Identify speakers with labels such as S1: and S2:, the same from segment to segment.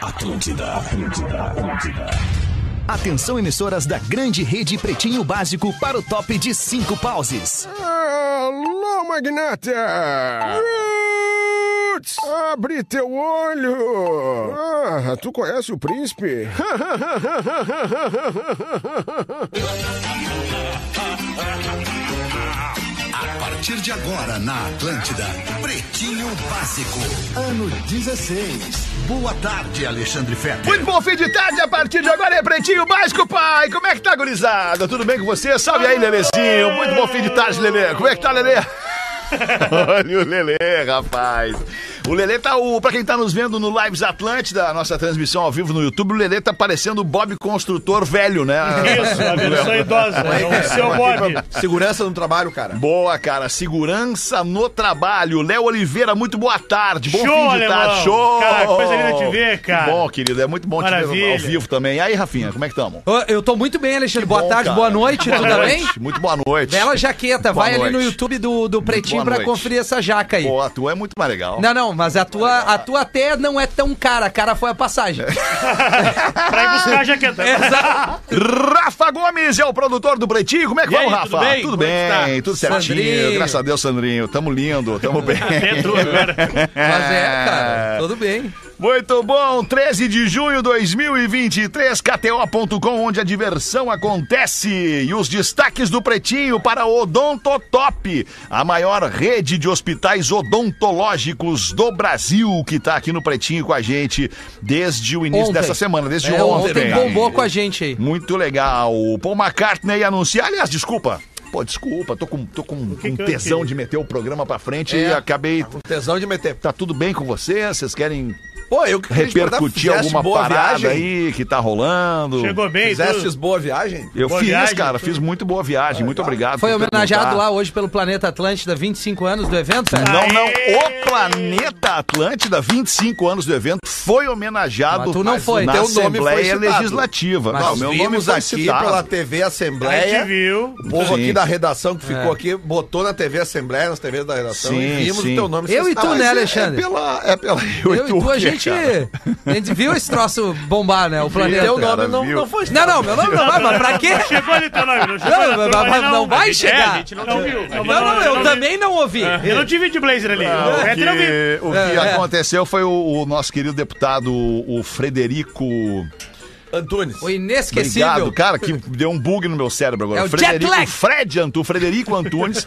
S1: Atlântida, Atlântida, Atlântida.
S2: Atenção emissoras da grande rede Pretinho Básico para o top de cinco pauses.
S3: Alô, magnata! Roots! Abre teu olho! Ah, tu conhece o príncipe?
S4: A partir de agora na Atlântida, Pretinho Básico, ano 16. Boa tarde, Alexandre Fetter.
S5: Muito bom fim de tarde, a partir de agora é Pretinho Básico, pai! Como é que tá, gurizada? Tudo bem com você? Salve aí, Lelezinho! Muito bom fim de tarde, Lele! Como é que tá, Lele? Olha o Lele, rapaz. O Lele tá o. Pra quem tá nos vendo no Lives Atlântida, a nossa transmissão ao vivo no YouTube, o Lele tá parecendo o Bob Construtor velho, né? É.
S6: Isso, a versão idosa. né? O seu Bob.
S7: Segurança no trabalho, cara.
S5: Boa, cara. Segurança no trabalho. Léo Oliveira, muito boa tarde. Bom
S6: Show,
S5: fim de
S6: alemão.
S5: tarde. Show!
S6: Cara, coisa linda te ver, cara.
S5: Que bom, querido. É muito bom te ver
S6: Maravilha.
S5: ao vivo também. E aí, Rafinha, como é que estamos?
S7: Ô, Eu tô muito bem, Alexandre. Boa
S5: Bom,
S7: tarde,
S5: cara.
S7: boa noite,
S5: Boa
S7: tudo
S5: noite.
S7: bem?
S5: Muito boa noite.
S7: Bela jaqueta.
S5: Boa
S7: Vai ali no
S5: noite.
S7: YouTube do, do
S5: boa
S7: Pretinho pra
S5: noite.
S7: conferir essa jaca aí.
S5: Pô, a tua é muito mais legal.
S7: Não, não, mas a tua, a tua até não é tão cara. Cara foi a passagem.
S5: É.
S6: Pra ir buscar a jaqueta.
S7: Exato.
S5: Rafa Gomes é o produtor do Pretinho. Como é que
S6: E
S5: vai,
S6: aí,
S5: Rafa?
S6: tudo bem? Como é que
S5: bem, tudo certinho.
S7: Sandrinho.
S5: Graças a Deus, Sandrinho. Tamo lindo, tamo bem.
S7: É.
S6: Dentro É agora.
S7: Mas é, cara, tudo bem.
S5: Muito bom, 13 de junho de 2023, KTO.com, onde a diversão acontece. E os destaques do Pretinho para Odontotop, a maior rede de hospitais odontológicos do Brasil, que está aqui no Pretinho com a gente desde o início
S7: Ontem.
S5: dessa semana, desde
S7: É,
S5: ontem.
S7: ontem bombou com a gente aí.
S5: Muito legal. Paul McCartney anunciar. Aliás, desculpa. Pô, desculpa, tô com, tô com um
S6: que eu
S5: tesão
S6: fiz?
S5: de meter o programa pra frente
S7: É.
S5: e acabei.
S7: Tesão de meter.
S5: Tá tudo bem com vocês? Vocês querem
S7: Pô, eu que
S5: repercutir alguma parada
S7: viagem.
S5: aí que tá rolando?
S6: Chegou bem,
S7: Fizestes
S6: tudo.
S7: boa viagem?
S5: Eu
S6: Boa
S5: fiz,
S6: viagem,
S5: cara,
S6: tudo.
S5: fiz muito boa viagem. muito obrigado.
S7: Foi
S5: por
S7: homenageado lá
S5: perguntar.
S7: hoje pelo Planeta Atlântida, 25 anos do evento, velho.
S5: Não, não,
S6: Aê!
S5: o Planeta Atlântida, 25 anos do evento, foi homenageado
S7: Mas tu não
S5: na
S7: foi,
S5: na
S7: teu nome foi
S5: Assembleia
S7: citado.
S5: Legislativa.
S7: Mas
S5: Não,
S7: nós
S5: meu nome
S8: Vimos
S5: foi
S8: aqui
S5: citado.
S8: pela TV
S6: A gente
S8: Assembleia.
S6: viu.
S8: O povo
S5: Sim.
S8: aqui da redação que
S7: É.
S8: ficou aqui botou na TV Assembleia, nas TVs da redação,
S5: Sim,
S8: e vimos
S5: sim.
S8: o teu nome.
S7: Eu e
S5: tá
S8: Vocês-
S7: tu, né,
S8: Ah, mas
S7: Alexandre?
S8: É pela, é pela...
S5: Eu
S7: Eu e tu, a
S5: né,
S7: gente. é.
S5: cara?
S7: A gente viu esse troço bombar, né? O planeta.
S8: Teu
S5: cara,
S8: nome não,
S5: viu?
S8: não foi.
S7: Não, não, meu nome não vai, mas pra quê?
S6: Não chegou ali teu nome. Não, chegou
S7: Não,
S6: na
S7: mas-
S6: turma,
S7: mas
S6: ali,
S7: não vai
S6: A gente- é,
S7: chegar.
S6: a gente não viu.
S7: Não, não, eu também Ah, não ouvi.
S6: Eu não tive de blazer ali. Ah, O
S5: O
S6: Fetter eu vi.
S5: que, o que
S7: É, é.
S5: aconteceu foi o, o nosso querido deputado, o Frederico.
S8: Antunes.
S7: O inesquecível.
S5: Obrigado, cara, que deu um bug no meu cérebro agora.
S7: É o
S5: Frederico,
S7: jet lag.
S5: Fred Antu, Frederico Antunes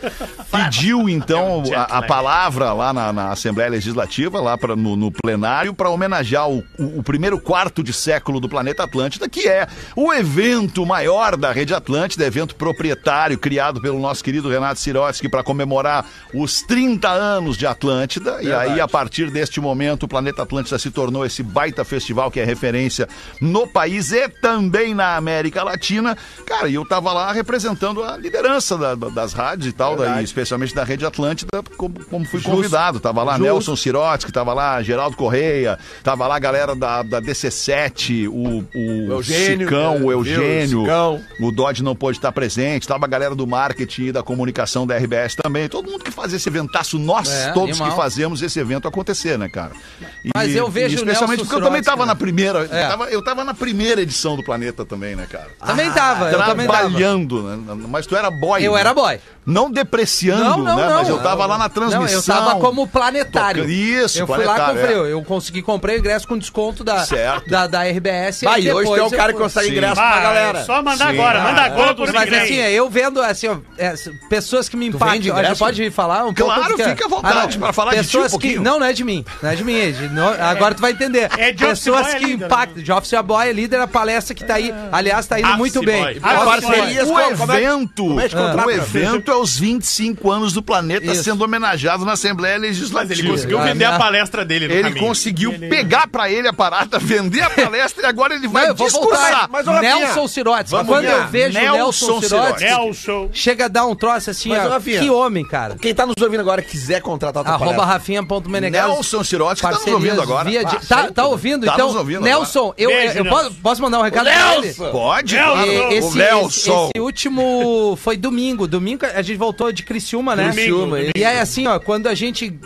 S5: pediu, então,
S6: É jet
S5: a, a
S6: lag.
S5: palavra lá na, na Assembleia Legislativa, lá pra, no, no plenário, para homenagear o, o- o primeiro quarto de século do planeta Atlântida, que é o evento maior da Rede Atlântida, evento proprietário criado pelo nosso querido Renato Sirotsky para comemorar os 30 anos de Atlântida. E aí, a partir deste momento, o planeta Atlântida se tornou esse baita festival que é referência no país e também na América Latina. Cara, e eu tava lá representando a liderança da- da- das rádios e tal, daí, especialmente da Rede Atlântida, como, como fui convidado. Tava lá Nelson Sirotsky, tava lá Geraldo Correia, tava lá a galera da, da DC7, o, o,
S8: O Eugênio,
S5: Cicão, o
S8: é, viu,
S5: Eugênio,
S8: o Cicão.
S5: o Dodge não pôde estar presente, tava a galera do marketing e da comunicação da RBS também. Todo mundo que faz esse eventaço, nós
S7: É,
S5: todos
S7: animal.
S5: que fazemos esse evento acontecer, né, cara? E-
S7: Mas eu vejo
S5: e
S7: o
S5: Especialmente
S7: Nelson
S5: porque eu também
S7: Sirotsky,
S5: tava
S7: né?
S5: na primeira.
S7: É.
S5: Eu, tava, eu tava na primeira edição do Planeta também, né, cara?
S7: Também tava, eu também tava.
S5: Trabalhando, né? Mas tu era boy.
S7: Eu
S5: né?
S7: era boy.
S5: Não depreciando,
S7: Não, não,
S5: né?
S7: não.
S5: Mas eu tava lá na transmissão.
S7: Não, eu tava como planetário.
S5: Tocando- Isso,
S7: eu fui lá,
S5: planetário,
S7: comprei.
S5: é.
S7: Eu consegui, comprei o ingresso com desconto da,
S5: Certo.
S7: da, da RBS.
S8: Bah, e hoje
S7: depois
S5: é
S8: tem um
S7: eu
S8: cara que
S7: fui.
S8: consegue
S5: Sim.
S8: ingresso pra
S6: Ah,
S8: galera.
S6: Só mandar
S5: Sim.
S6: agora. Manda agora pro
S7: Ah, Mas assim, é, eu vendo, assim, ó, é, s- pessoas que me
S8: vende
S7: impactam. A gente
S8: ingresso?
S7: pode falar um pouco?
S5: Claro,
S7: do que-
S5: fica à vontade
S7: não.
S5: pra falar de ti um
S7: pessoas que
S5: pouquinho.
S7: Não, não é de mim. Não é de mim. é de- não- agora tu vai entender.
S6: É de Office
S7: pessoas
S6: Boy é
S7: que
S6: líder, Ah.
S7: impactam. De Office Boy é líder, a palestra que tá aí. Aliás, tá indo
S6: Office
S7: muito bem.
S6: Boy.
S8: As
S6: Office
S8: parcerias
S5: O
S8: como é- como é-
S5: um evento,
S8: como é que contrata?
S5: o evento é os 25 anos do planeta
S7: Isso.
S5: sendo homenageado na Assembleia Legislativa. É.
S6: Ele conseguiu
S7: Ah,
S6: vender
S7: não.
S6: a palestra dele no
S5: Ele
S6: caminho.
S5: conseguiu pegar pra ele a parada, vender a palestra e agora ele vai
S7: Não, eu vou voltar.
S5: discursar.
S8: Mas, ô, Rafinha,
S7: Nelson Sirotes.
S8: vamos
S7: Quando
S8: ver.
S7: eu vejo
S5: Nelson
S7: Nelson Sirotes,
S5: Sirotsky.
S6: É Nelson.
S7: chega a dar um troço assim,
S8: Mas, ô,
S7: ó,
S8: Rafinha,
S7: que homem, cara.
S8: Quem tá nos ouvindo agora quiser contratar tua
S7: Arroba
S8: palestra.
S7: rafinha.menegas.
S5: Nelson Sirotti que tá nos
S7: Parcerias
S5: ouvindo agora.
S7: via
S5: Ah,
S7: di- tá, tá ouvindo?
S5: Tá
S7: então,
S5: nos ouvindo
S7: Nelson, eu,
S6: Beijo,
S7: eu
S6: Nelson.
S7: posso, posso mandar um recado pra ele?
S8: Nelson!
S5: Pode,
S6: Nelson!
S5: claro.
S7: E-
S5: o
S7: Esse, esse,
S5: Nelson.
S7: esse último foi domingo. Domingo a gente voltou de Criciúma, né?
S6: Domingo, domingo.
S7: E é assim, ó, quando a gente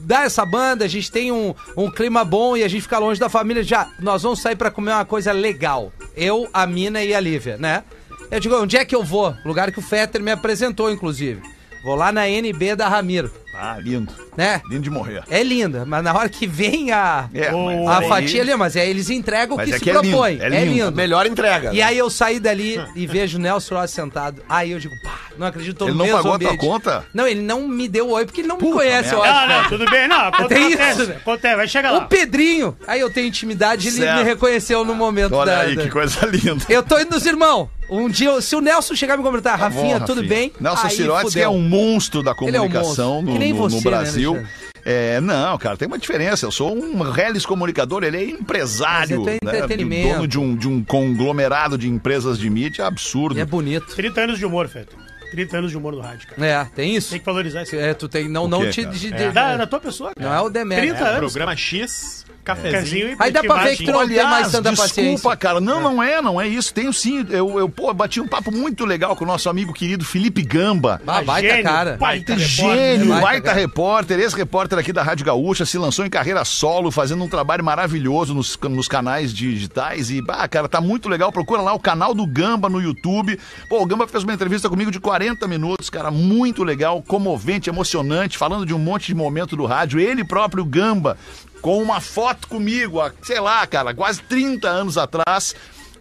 S7: ajudar essa banda, a gente tem um, um clima bom e a gente fica longe da família. Já, nós vamos sair pra comer uma coisa legal. Eu, a Mina e a Lívia, né? Eu digo, onde é que eu vou? Lugar que o Fetter me apresentou, inclusive. Vou lá na NB da Ramiro,
S5: Ah, lindo.
S7: né?
S5: Lindo de morrer.
S7: É linda, mas na hora que vem a,
S5: É, mas
S7: a
S5: aí-
S7: fatia ali, mas é, eles entregam o
S5: Mas
S7: que
S5: é
S7: se
S5: que é lindo,
S7: propõe.
S5: é lindo.
S8: Melhor entrega.
S7: E aí eu saí dali e vejo o Nelson Rossi sentado. Aí eu digo, pá, não acredito, tô
S5: Ele
S7: no
S5: não
S7: mesmo
S5: pagou a tua
S7: ambiente.
S5: conta?
S7: Não, ele não me deu oi, porque ele não me conhece, eu
S5: merda.
S7: acho.
S6: Ah, Não, não, tudo bem. Não, acontece.
S7: É, né? isso, velho.
S6: acontece, vai chegar
S7: O
S6: lá.
S7: Pedrinho, aí eu tenho intimidade, ele
S5: Certo.
S7: me reconheceu no momento
S5: Olha
S7: da-
S5: aí,
S7: da-
S5: que coisa linda.
S7: Eu tô indo nos irmãos. Um dia, eu- se o Nelson chegar e me comentar,
S5: Tá
S7: Rafinha,
S5: bom,
S7: tudo
S5: Rafinha.
S7: bem?
S5: Nelson
S7: Aí
S5: Sirotes, que
S7: fudeu.
S5: é um monstro da
S7: Ele é um
S5: comunicação
S7: monstro.
S5: no,
S7: Que nem
S5: no-
S7: você,
S5: no
S7: né,
S5: Brasil.
S7: Alexandre?
S5: É, não, cara, tem uma diferença. Eu sou um reles comunicador, ele é empresário.
S7: Mas é teu
S5: né?
S7: entretenimento.
S5: Dono de um, de um conglomerado de empresas de mídia absurdo.
S7: Ele é bonito.
S6: 30 anos de humor, Feto. 30 anos de humor no rádio, cara.
S7: É, tem isso.
S6: Tem que valorizar isso.
S7: É, tu tem. Não, não
S5: quê,
S7: te.
S5: cara?
S7: de- de-
S6: É. Da, da tua pessoa, cara.
S7: Não é o demérito.
S6: 30 anos.
S9: Programa X,
S6: Casinho
S9: cafezinho.
S6: e
S7: Aí dá pra ver que tu não tem mais tanta
S5: desculpa,
S7: paciência.
S5: cara. Não, não é, não é isso. Tenho sim. Eu, eu pô, bati um papo muito legal com o nosso amigo querido Felipe Gamba.
S7: Ah, baita
S6: Gênio,
S7: cara.
S6: baita
S5: Gênio,
S7: repórter.
S5: baita repórter, esse repórter aqui da Rádio Gaúcha, se lançou em carreira solo, fazendo um trabalho maravilhoso nos, nos canais digitais e, bah, cara, tá muito legal, procura lá o canal do Gamba no YouTube. Pô, o Gamba fez uma entrevista comigo de 40 minutos, cara, muito legal, comovente, emocionante, falando de um monte de momento do rádio, ele próprio, Gamba, com uma foto comigo, há, sei lá, cara, quase 30 anos atrás,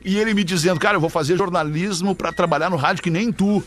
S5: e ele me dizendo, cara, eu vou fazer jornalismo pra trabalhar no rádio que nem tu.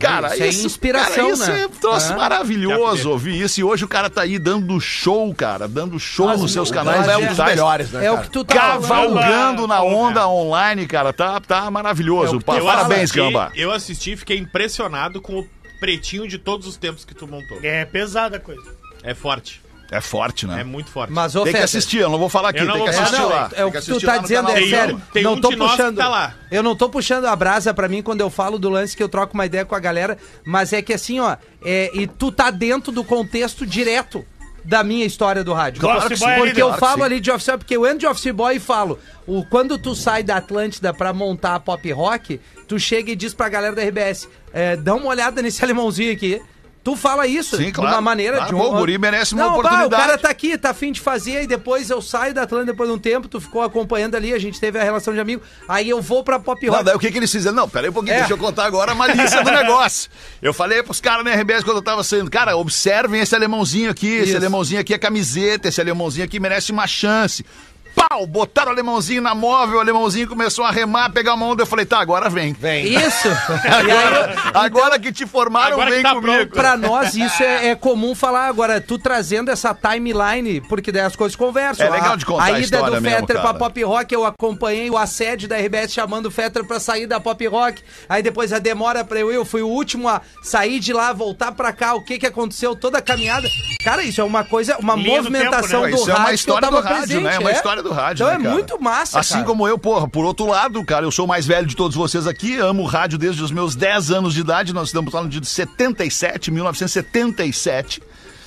S5: Cara,
S7: Isso é inspiração,
S5: cara, isso
S7: né?
S5: é um troço
S7: É.
S5: maravilhoso ouvir isso. E hoje o cara tá aí dando show, cara. Dando show nos seus canais
S8: é um dos
S5: digitais.
S8: melhores, né?
S7: É o
S8: cara?
S7: que tu tá falando.
S5: Cavalgando na
S6: Gamba.
S5: onda online, cara. Tá, tá maravilhoso. Pa-
S9: Eu
S5: Parabéns,
S9: assisti-
S5: Gamba.
S9: Eu assisti e fiquei impressionado com o pretinho de todos os tempos que tu montou.
S6: É pesada a coisa.
S9: É forte.
S5: É forte, né?
S9: É muito forte.
S7: Mas, ô,
S5: Tem que
S7: Fetter,
S5: assistir, eu não vou falar aqui.
S9: Eu não
S5: Tem que
S9: vou falar.
S5: assistir
S9: Não,
S5: lá.
S7: É
S5: Tem que
S7: o que tu
S5: assistir
S7: tá
S5: lá no
S7: dizendo,
S5: canal
S7: é
S5: do
S7: sério.
S5: Gamba.
S9: Tem
S7: não
S9: um
S7: tô
S9: de nós que
S7: puxando.
S9: tá lá.
S7: Eu não tô puxando a brasa pra mim quando eu falo do lance que eu troco uma ideia com a galera, mas é que assim, ó, é, e tu tá dentro do contexto direto da minha história do rádio.
S6: Claro que sim. é
S7: porque
S6: líder.
S7: eu
S6: Claro
S7: falo ali de office boy, porque eu entro de office boy e falo, o, quando tu sai da Atlântida pra montar a pop rock, tu chega e diz pra galera da RBS, é, dá uma olhada nesse alemãozinho aqui. Tu fala isso
S5: Sim, claro.
S7: de uma maneira
S5: Claro,
S7: de um.
S5: bom, o guri merece uma
S7: bah,
S5: oportunidade.
S7: o cara tá aqui, tá afim de fazer, e depois eu saio da Atlântida depois de um tempo, tu ficou acompanhando ali, a gente teve a relação de amigo, aí eu vou pra Pop
S5: Não,
S7: Rock.
S5: daí o que, que eles fizeram? Não, peraí um pouquinho,
S7: É.
S5: deixa eu contar agora a malícia do negócio. Eu falei pros caras na RBS quando eu tava saindo, cara, observem esse alemãozinho aqui, esse
S7: Isso.
S5: alemãozinho aqui é camiseta, esse alemãozinho aqui merece uma chance. Pau! Botaram o alemãozinho na móvel, o alemãozinho começou a remar, pegar uma onda. Eu falei, tá, agora vem.
S7: Isso! e aí,
S5: Agora, agora que te formaram,
S9: Agora que
S5: vem
S9: tá
S5: comigo.
S9: pronto.
S7: pra nós isso é, é comum falar agora, tu trazendo essa timeline, porque daí as coisas conversam. Ah,
S5: É legal de contar a
S7: A ida
S5: história
S7: do
S5: mesmo,
S7: Fetter
S5: cara.
S7: pra Pop Rock, eu acompanhei o assédio da RBS chamando o Fetter pra sair da Pop Rock, aí depois a demora pra eu ir, eu fui o último a sair de lá, voltar pra cá, o que que aconteceu, toda a caminhada. Cara, isso é uma coisa, uma
S6: Linha do
S7: movimentação
S6: tempo,
S7: do,
S5: Pô,
S6: né?
S7: rádio
S5: Isso é uma
S7: que
S5: história
S7: eu
S5: do
S7: tava
S5: rádio,
S7: presente,
S5: né? É uma história do rádio.
S7: Então
S5: né,
S7: é
S5: cara?
S7: muito massa,
S5: Assim
S7: cara.
S5: como eu, porra, por outro lado, cara, eu sou o mais velho de todos vocês aqui, amo o rádio desde os meus 10 anos de idade, nós estamos falando de 77, 1977.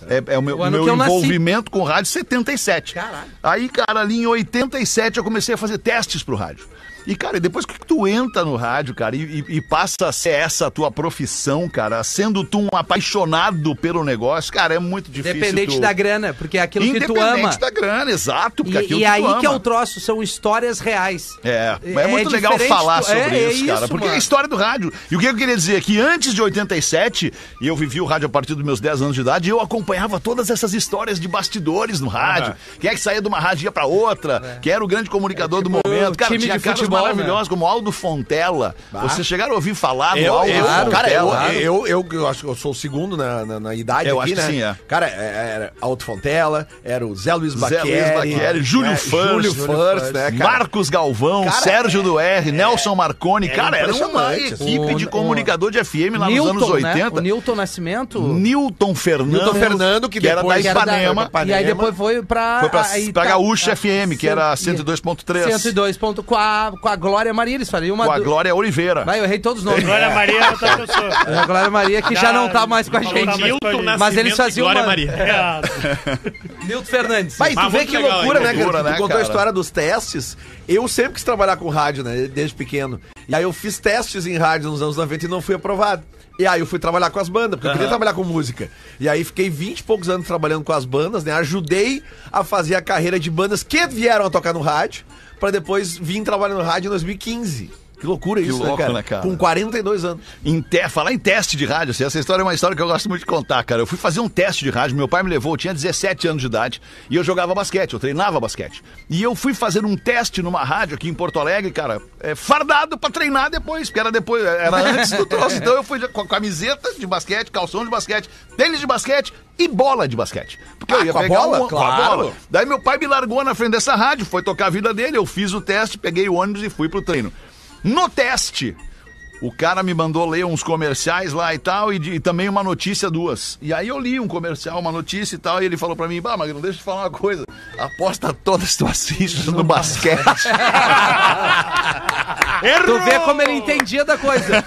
S5: É, é o meu,
S7: O ano
S5: meu
S7: que eu nasci.
S5: envolvimento com o rádio 77.
S7: Caralho.
S5: Aí, cara, ali em 87 eu comecei a fazer testes pro rádio. E, cara, e depois que tu entra no rádio, cara, e, e- e passa a ser essa a tua profissão, cara, sendo tu um apaixonado pelo negócio, cara, é muito difícil.
S7: Independente
S5: tu-
S7: da grana, porque é aquilo que tu
S5: Independente
S7: ama.
S5: da grana, exato. Porque
S7: E,
S5: aquilo
S7: e
S5: que
S7: aí
S5: tu ama.
S7: que é o troço, são histórias reais.
S5: É, é, muito legal
S7: diferente
S5: falar
S7: do-
S5: sobre
S7: é, é
S5: isso, cara. porque é a
S7: mano.
S5: história do rádio. E o que eu queria dizer é que antes de 87, e eu vivi o rádio a partir dos meus 10 anos de idade, eu acompanhava todas essas histórias de bastidores no rádio. Quem é que saía de uma rádio e ia pra outra? Quem era o grande comunicador do momento? Cara,
S7: É. tipo, time
S5: tinha
S7: de
S5: caras
S7: futebol, né?
S5: maravilhosos como Aldo Fontela. Vocês chegaram a ouvir falar do
S8: Eu,
S5: Aldo
S8: eu-
S5: Fontela? é
S8: cara, eu, eu, eu, eu acho que eu sou o segundo na, na, na idade
S5: Eu
S8: aqui,
S5: acho que
S8: né?
S5: sim, é.
S8: Cara, é- era Alto Fontela, era o Zé Luiz
S5: Zé
S8: Baqueri.
S5: Luiz Bacchieri, Júlio
S8: né?
S5: First,
S8: Júlio First, né, cara?
S5: Marcos Galvão,
S8: Cara,
S5: Sérgio do R, Nelson Marconi. cara, era uma
S8: impressionante, assim.
S5: equipe de
S7: O-
S5: comunicador de FM lá nos anos
S7: Newton, né?
S5: 80.
S7: O Newton Nascimento.
S5: Newton Fernando,
S8: Newton Fernando, que
S5: era da
S8: depois-
S5: Ipanema,
S8: Ipanema.
S7: E aí depois foi pra.
S5: foi pra,
S7: aí
S5: pra
S7: tá-
S5: Gaúcha
S7: tá-
S5: FM, que era 102.3,
S7: 102. ponto- Com a, com a Glória Maria, eles falaram. e Uma
S5: com a
S7: du-
S5: Glória Oliveira.
S7: Vai, eu errei todos os nomes.
S6: Glória Maria é outra pessoa.
S7: É A Glória Maria, que já não tá mais com a
S6: Não tá mais
S7: gente.
S6: com a gente.
S7: Mas eles
S9: Nascimento
S7: faziam
S9: e Glória
S7: uma-
S9: Maria.
S6: É, a-
S7: Newton Fernandes.
S8: Mas
S6: Ah,
S8: tu
S9: Mas
S8: vê
S9: muito
S8: que
S9: legal,
S8: loucura,
S5: hein?
S8: né,
S5: Loucura,
S8: cara? Tu
S5: né,
S8: contou
S5: cara?
S8: a história dos testes. Eu sempre quis trabalhar com rádio, né? Desde pequeno. E aí eu fiz testes em rádio nos anos 90 e não fui aprovado. E aí eu fui trabalhar com as bandas, porque eu queria trabalhar com música. E aí fiquei 20 e poucos anos trabalhando com as bandas, né? Ajudei a fazer a carreira de bandas que vieram a tocar no rádio, pra depois vir trabalhar no rádio em 2015. Que loucura isso,
S5: louco,
S8: né, cara?
S5: né, cara?
S8: Com 42 anos.
S5: Em te- falar em teste de rádio, assim, essa história é uma história que eu gosto muito de contar, cara. Eu fui fazer um teste de rádio, meu pai me levou, eu tinha 17 anos de idade, e eu jogava basquete, eu treinava basquete. E eu fui fazer um teste numa rádio aqui em Porto Alegre, cara, é, fardado pra treinar depois, porque era depois, era antes do troço. Então eu fui de- com a camiseta de basquete, calção de basquete, tênis de basquete e bola de basquete. Porque eu ia
S8: Ah, com a
S5: pegar
S8: bola?
S5: um- com a
S8: Claro.
S5: bola. Daí meu pai me largou na frente dessa rádio, foi tocar a vida dele, eu fiz o teste, peguei o ônibus e fui pro treino. No teste, o cara me mandou ler uns comerciais lá e tal, e, de- e também uma notícia, duas. E aí eu li um comercial, uma notícia e tal, e ele falou pra mim, bah, Magrão, deixa eu te falar uma coisa, aposta toda se tu assiste no basquete.
S7: Tu vê como ele entendia da coisa.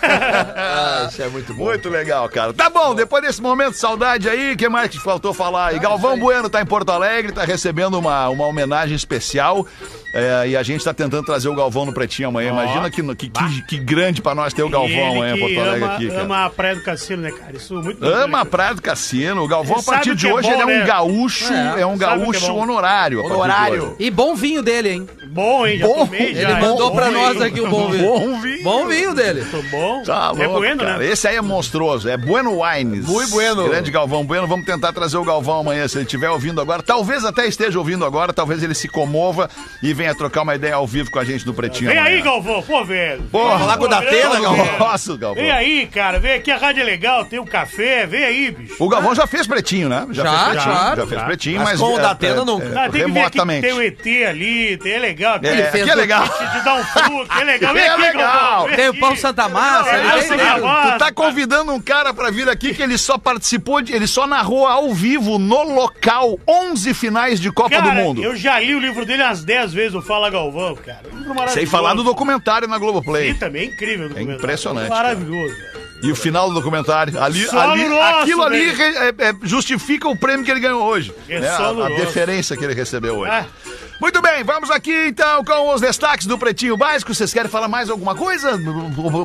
S8: Isso é muito bom.
S5: Muito legal, cara. Tá bom, depois desse momento, saudade aí, o que mais que faltou falar? E Galvão Bueno tá em Porto Alegre, tá recebendo uma, uma homenagem especial. é, e a gente tá tentando trazer o Galvão no Pretinho amanhã. Imagina que, que, que, que grande pra nós ter o Galvão amanhã em
S6: Ele que
S5: Porto Alegre
S6: ama,
S5: aqui, cara.
S6: ama a praia do Cassino, né, cara? Isso é muito
S5: Ama a
S6: bacana, cara.
S5: Praia do Cassino. O Galvão,
S6: Ele
S5: a partir
S6: sabe o
S5: de
S6: que é
S5: hoje,
S6: bom,
S5: ele é um
S6: né?
S5: gaúcho, é,
S7: É,
S5: um
S6: sabe o que é
S5: gaúcho
S6: bom.
S5: honorário. a partir de
S8: Honorário.
S5: hoje.
S7: E bom vinho dele, hein?
S6: Bom, hein? Já
S5: Bom,
S6: tomei, já. né?
S7: Ele mandou
S6: Bom
S7: pra
S6: vinho.
S7: nós aqui o bom vinho.
S5: Bom vinho.
S7: Bom vinho dele.
S6: Tô bom.
S5: Tá
S6: é
S5: louco,
S6: bueno,
S5: cara.
S6: né?
S5: Esse aí é monstruoso, é Bueno Wines.
S8: Muito bueno.
S5: Grande Galvão Bueno, vamos tentar trazer o Galvão amanhã, se ele estiver ouvindo agora. Talvez até esteja ouvindo agora, talvez ele se comova e venha trocar uma ideia ao vivo com a gente no Pretinho.
S6: Vem
S5: amanhã.
S6: aí, Galvão. Pô, velho.
S5: é Porra,
S8: Falar com o da Atena,
S5: Galvão.
S8: Galvão.
S5: Nossa, Galvão.
S6: Vem aí, cara. Vem aqui, a rádio é legal, tem um café. Vem aí, bicho.
S5: O Galvão já fez Pretinho, né?
S7: Já,
S5: fez pretinho,
S7: já.
S5: já fez Pretinho, mas...
S8: Mas com o
S5: é,
S8: da Atena,
S5: é,
S8: nunca.
S5: é,
S6: Ah, tem que ver aqui, que
S5: remotamente.
S6: tem o ET ali, tem, é legal.
S5: É,
S6: Tem-
S5: aqui
S7: fez
S5: é
S7: o-
S5: legal.
S6: te dá um fruto, é legal. Vem
S5: É
S6: aqui,
S5: legal.
S6: Galvão, vem
S7: Tem o
S6: aqui.
S7: pão Santa Massa.
S6: É,
S7: ele
S6: Santa
S7: tem- né?
S6: Massa.
S5: Tu tá convidando um cara pra vir aqui que ele só participou, de, ele só narrou ao vivo, no local, 11 finais de Copa
S6: Cara,
S5: do Mundo.
S6: eu já li o livro dele umas 10 vezes, o Fala Galvão, cara. Um livro maravilhoso.
S5: Sem falar do documentário na Globoplay.
S6: E também é incrível o documentário.
S5: impressionante,
S6: Maravilhoso. velho.
S5: E o final do documentário. Ali,
S6: Só
S5: ali-
S6: no nosso,
S5: aquilo ali
S6: velho.
S5: re- é- é- justifica o prêmio que ele ganhou hoje.
S6: É
S5: né?
S6: só
S5: a,
S6: no
S5: a
S6: nosso.
S5: deferência que ele recebeu hoje.
S6: Ah.
S5: Muito bem, vamos aqui então com os destaques do Pretinho Básico. Vocês querem falar mais alguma coisa?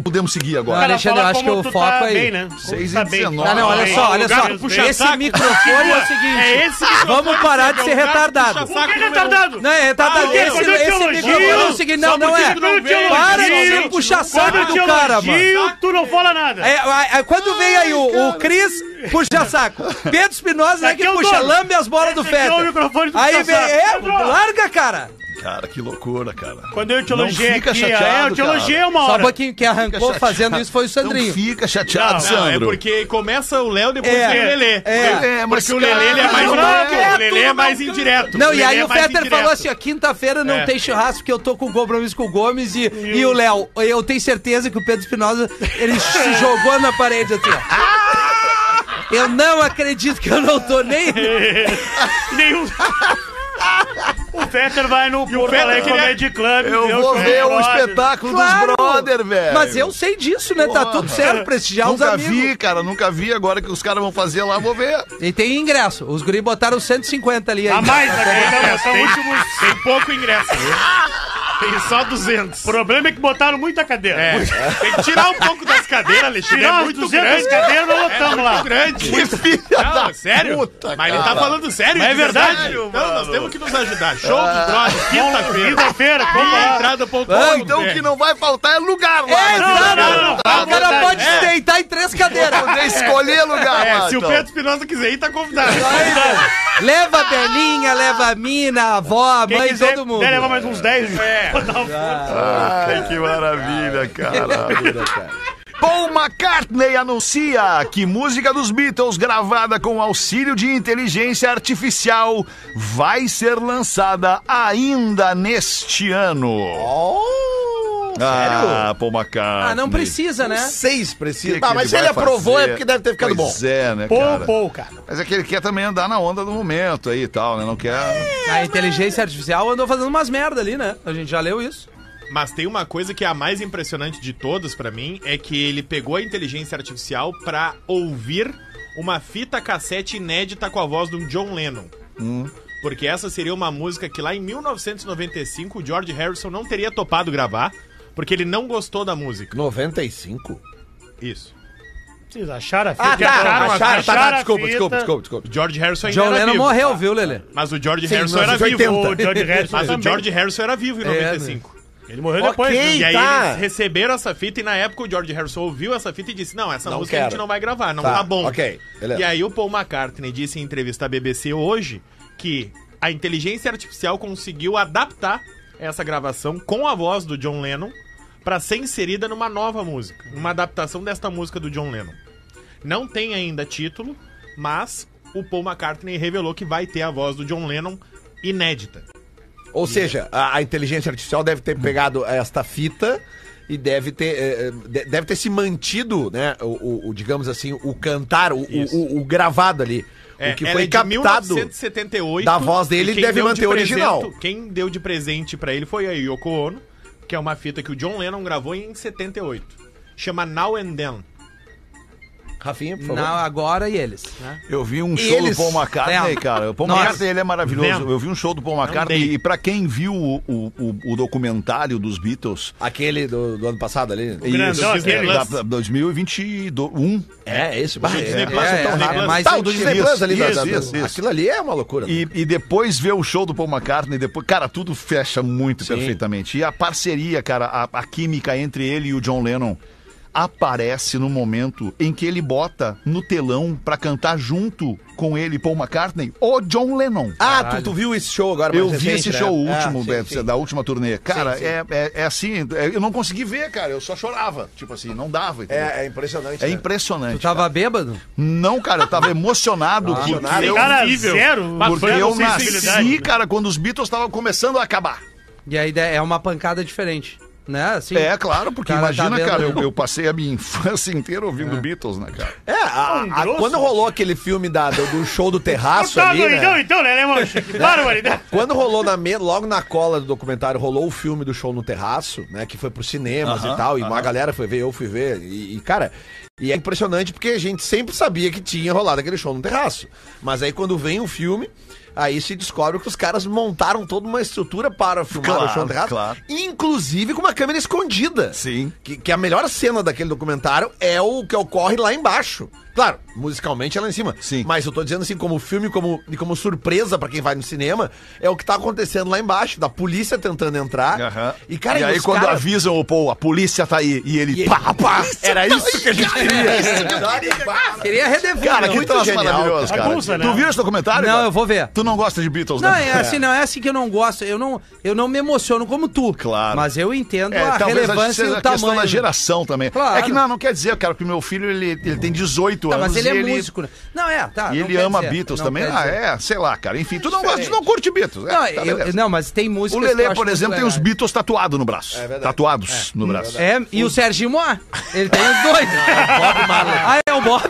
S5: Podemos seguir agora.
S7: Cara, Alexandre,
S6: fala
S7: eu acho
S6: como
S7: que o
S6: tu tá
S7: foco aí.
S6: Bem, né? Como
S5: Seis
S6: tu tá
S5: e
S6: bem.
S5: dezenove.
S7: Ah, Não, não, olha só, olha só.
S6: Lugar do puxa
S7: Esse
S6: saco.
S7: microfone é o
S6: É
S7: seguinte.
S6: esse que
S7: Vamos parar
S6: é
S7: de ser retardado.
S6: O que é retardado?
S7: Não, é, tá, tá,
S6: Ah,
S7: esse,
S6: quando eu te
S7: esse
S6: elogio,
S7: microfone é o seguinte, não,
S6: só
S7: não
S6: porque
S7: é.
S6: tu não te
S7: Para
S6: elogio,
S7: de puxar
S6: Quando
S7: saco
S6: eu te
S7: do cara, mano.
S6: elogio, tu não fala nada.
S7: É, a- a- quando vem aí o, o Cris, puxa saco. Pedro Espinosa é
S6: Aqui
S7: que
S6: é o
S7: puxa,
S6: dono.
S7: lambe as bolas do
S6: Esse aqui é o
S7: Feta.
S6: microfone do
S7: Aí
S6: puxa
S7: vem,
S6: saco.
S7: é,
S6: Pedro.
S7: larga, cara.
S5: Cara, que loucura, cara.
S6: Quando eu te elogiei
S5: Não fica
S6: aqui,
S5: chateado,
S6: é, eu te
S5: cara.
S6: elogiei uma
S7: Só um
S6: hora.
S7: pouquinho, que arrancou fazendo isso foi o
S5: Não
S7: Sandrinho.
S5: fica chateado,
S9: Não, é
S5: Sandro.
S9: porque começa o Léo, depois
S7: É,
S9: vem o Lelê.
S7: é.
S5: É, mas
S9: porque o Lelê ele é
S5: cara,
S9: mais
S5: não
S9: bravo,
S7: é
S9: o Lelê é mais indireto.
S7: Não, e
S9: Lelê
S7: aí
S9: é
S7: o
S9: mais
S7: Fetter
S9: indireto.
S7: falou assim, ó, quinta-feira não
S9: É.
S7: tem churrasco, porque eu tô com compromisso com o Gomes e, e o Léo. Eu tenho certeza que o Pedro Espinosa, ele se jogou na parede assim, ó. Eu não acredito que eu não tô nem...
S6: Nenhum. O Fetter vai no Porto Alegro
S9: queria-
S6: Comedy Club.
S5: Eu
S6: ver o
S5: vou
S6: show
S5: ver
S6: do
S5: o
S6: Brothers.
S5: espetáculo
S7: Claro.
S5: dos brother, velho.
S7: Mas eu sei disso, né? Tá
S5: é. Porra.
S7: tudo certo, prestigiar os
S5: Nunca
S7: amigos.
S5: vi, cara, nunca vi. Agora que os caras vão fazer lá, eu vou ver.
S7: E tem ingresso. Os guri botaram 150 ali.
S6: A
S7: ainda.
S6: mais aqui, são
S9: Tem-
S6: últimos.
S9: Tem pouco ingresso. Tem só 200.
S6: O problema é que botaram muita cadeira.
S9: É. Tem que tirar um pouco das cadeiras, Alexandre.
S6: Tirar
S9: é
S6: as
S9: muito
S6: 200
S9: grande.
S6: cadeiras, nós
S9: é
S6: lotamos
S9: muito
S6: lá.
S9: grande.
S5: Que filha
S9: Não,
S5: da
S9: sério?
S5: puta,
S9: Mas ele
S5: cara.
S9: tá falando sério.
S6: Mas é
S9: de
S6: verdade,
S9: Não,
S6: mano.
S9: nós temos que nos ajudar. Show do brother, quinta-feira.
S6: Quinta-feira, como
S9: Minha
S6: lá.
S9: entrada ponto
S5: Pô,
S9: com,
S5: então o
S9: velho.
S5: que não vai faltar é lugar lá.
S7: É,
S5: né?
S7: claro.
S6: não, não, não,
S7: o cara
S6: não,
S7: pode
S6: é.
S7: se deitar em três cadeiras.
S5: Poder escolher lugar
S9: É,
S5: lá,
S9: se o
S5: então.
S9: Pedro Espinosa quiser ir, tá convidado.
S7: Leva a Belinha, leva a Mina, a avó, a
S6: Quem
S7: mãe,
S6: quiser,
S7: todo mundo.
S6: deve levar mais uns 10. É.
S5: Ai, Ah, que Ah, maravilha, cara. Paul McCartney anuncia que música dos Beatles gravada com auxílio de inteligência artificial vai ser lançada ainda neste ano. Ah, Paul McCartney.
S7: Oh! Ah, não precisa, né?
S8: Seis precisa.
S5: Que
S8: Tá,
S5: que
S8: mas se
S5: vai
S8: ele aprovou
S5: fazer?
S8: é porque deve ter ficado
S5: pois
S8: bom.
S5: é, né,
S6: Pou,
S5: cara?
S6: pou, cara.
S5: Mas é que ele quer também andar na onda do momento aí e tal, né? Não quer...
S7: A inteligência artificial andou fazendo umas merda ali, né? A gente já leu isso.
S9: Mas tem uma coisa que é a mais impressionante de todas pra mim, é que ele pegou a inteligência artificial pra ouvir uma fita cassete inédita com a voz do John Lennon. Porque essa seria uma música que lá em 1995 o George Harrison não teria topado gravar, porque ele não gostou da música.
S8: 95?
S9: Isso.
S6: Vocês acharam a fita?
S7: Ah, tá,
S6: a
S7: acharam, tá,
S6: fita.
S8: tá, desculpa, desculpa, desculpa, desculpa.
S9: George Harrison ainda
S7: John
S9: era
S7: Lennon
S9: vivo.
S7: morreu, viu, Lelê?
S9: Mas o George
S8: Sim,
S9: Harrison
S8: nos
S9: era
S8: anos
S7: um,
S9: vivo.
S8: 80.
S6: O George Harrison
S9: Mas o
S6: também.
S9: George Harrison era vivo em
S7: É, né?
S9: 95.
S6: Ele morreu depois. né?
S10: Ok,
S9: E aí
S10: tá.
S9: eles receberam essa fita e na época o George Harrison ouviu essa fita e disse: Não, essa
S8: Não
S9: música a
S8: quero.
S9: gente não vai gravar, não
S8: Tá,
S9: tá, bom.
S8: ok, beleza.
S9: E aí o Paul McCartney disse em entrevista à BBC hoje que a inteligência artificial conseguiu adaptar essa gravação com a voz do John Lennon pra ser inserida numa nova música, uma adaptação desta música do John Lennon. Não tem ainda título, mas o Paul McCartney revelou que vai ter a voz do John Lennon inédita.
S8: Ou
S5: é.
S8: seja, a, a inteligência artificial deve ter pegado esta fita e deve ter, eh, eh, de- deve ter se mantido, né? O, o- o, digamos assim, o cantar, o, o- o- o gravado ali.
S5: É,
S8: o que
S9: É, ela
S8: foi
S9: de
S8: captado.
S9: 1978,
S8: da voz dele,
S9: e quem
S8: deve
S9: deu de
S8: manter o original.
S9: presento- Quem deu de presente pra ele foi a Yoko Ono, que é uma fita que o John Lennon gravou em 78. Chama Now and Then.
S8: Rafinha, por favor.
S7: Não, agora e eles. né?
S5: Eu vi um
S8: E
S5: show
S8: eles-
S5: do Paul McCartney,
S7: Não.
S5: cara. O Paul
S7: Nossa.
S5: McCartney ele é maravilhoso.
S9: Não.
S5: Eu vi um show do Paul McCartney
S9: dei.
S5: e pra quem viu o, o, o- o documentário dos Beatles,
S8: Aquele do, do ano passado ali.
S6: grandão,
S5: isso, é,
S6: aquele
S5: da,
S6: lance.
S5: da- 2021.
S8: É, esse. bah,
S9: Disney
S8: é.
S9: Plus,
S8: É,
S9: o Disney
S8: é,
S9: Plus.
S8: é mais
S7: Mas
S8: tá, o
S7: eu
S8: do
S7: te-
S8: Disney Plus ali. da-
S5: Isso,
S8: da-
S5: isso,
S8: do-
S5: isso.
S8: Aquilo ali é uma loucura. né?
S5: E, e depois ver o show do Paul McCartney, depois, cara, tudo fecha muito perfeitamente. E a parceria, cara, a, a química entre ele e o John Lennon aparece no momento em que ele bota no telão pra cantar junto com ele, Paul McCartney, o John Lennon.
S8: Ah, tu, tu viu esse show agora?
S5: Eu
S8: mais
S5: vi
S8: recente,
S5: esse
S8: né?
S5: show
S8: Ah,
S5: último,
S8: sim,
S5: Beto,
S8: sim.
S5: da última turnê. Cara,
S8: Sim, sim.
S5: É, é, é assim, é, eu não consegui ver, cara, eu só chorava. Tipo assim, não dava. entendeu? É,
S8: É, é impressionante. né?
S5: impressionante.
S7: Tu tava bêbado?
S5: Não, cara, eu tava emocionado porque eu,
S6: Ah, Cara,
S9: horrível.
S6: zero.
S5: porque
S6: zero
S5: eu
S6: sensibilidade,
S5: nasci,
S6: né?
S5: cara, quando os Beatles estavam começando a acabar.
S7: E a ideia é uma pancada diferente, né? Assim,
S5: É, claro, porque
S7: Cara, tá
S5: imagina,
S7: vendo?
S5: cara, eu, eu passei a minha infância inteira ouvindo Beatles, né, cara?
S8: É, a-
S6: um
S8: a-
S6: grosso.
S8: quando rolou aquele filme da, do, do show do terraço
S6: Tá
S8: ali,
S6: doidão
S8: né?
S6: então, né,
S7: é
S6: né, Mancha? Que barbaridade.
S8: Quando rolou na me- logo na cola do documentário, rolou o filme do show no terraço, né? Que foi pros cinemas e tal. E uma galera foi ver, eu fui ver. E, e, cara, e é impressionante porque a gente sempre sabia que tinha rolado aquele show no terraço. Mas aí quando vem o filme, aí se descobre que os caras montaram toda uma estrutura para filmar
S5: Claro,
S8: o show no terraço.
S5: claro.
S8: Inclusive com uma câmera escondida.
S5: Sim.
S8: Que, que a melhor cena daquele documentário é o que ocorre lá embaixo. Claro, musicalmente é lá em cima.
S5: Sim.
S8: Mas eu tô dizendo assim, como filme como, e como surpresa pra quem vai no cinema, é o que tá acontecendo lá embaixo, da polícia tentando entrar.
S7: Ah,
S5: Aham.
S8: E, cara,
S5: aí
S8: os
S5: quando
S8: cara-
S5: avisam o Paul, a polícia tá aí, e ele,
S8: E ele,
S5: pá, pá,
S8: Era
S7: tá
S8: isso que a gente queria.
S7: Queria redever.
S5: Cara,
S7: não.
S5: que troço
S8: genial,
S5: maravilhoso,
S6: cara.
S5: cara.
S6: Bagunça, né?
S5: Tu viu esse documentário?
S7: Não,
S5: cara?
S7: eu vou ver.
S5: Tu não gosta de Beatles,
S7: Não,
S5: né?
S7: é assim, não é assim que eu não gosto. Eu não, eu não me emociono como tu.
S5: Claro.
S7: Mas eu entendo
S5: É,
S7: a
S5: talvez a gente
S7: relevância e
S5: seja
S7: o
S5: a questão
S7: tamanho.
S5: da geração também.
S7: Claro.
S5: É que não, não quer dizer, cara, que o meu filho ele, ele tem 18
S7: Tá,
S5: anos.
S7: mas ele é
S5: e
S7: músico. né? Não, é, tá.
S5: E
S7: não
S5: ele
S7: quer
S5: ama
S7: dizer,
S5: Beatles
S7: não
S5: também.
S7: quer
S5: Ah,
S7: dizer.
S5: é, sei lá, cara. Enfim, tu não gosta, tu não
S8: diferente.
S5: curte Beatles. É,
S7: Não,
S5: tá,
S7: eu-
S5: beleza.
S7: não, mas tem músicas
S5: O
S7: que eu
S5: Lelê,
S7: acho
S5: por
S7: muito
S5: exemplo, tem os
S7: legais.
S5: Beatles tatuados no braço. tatuados no braço.
S7: É, e o Serginho Moá. Ele tem os dois. ah, é o Bob?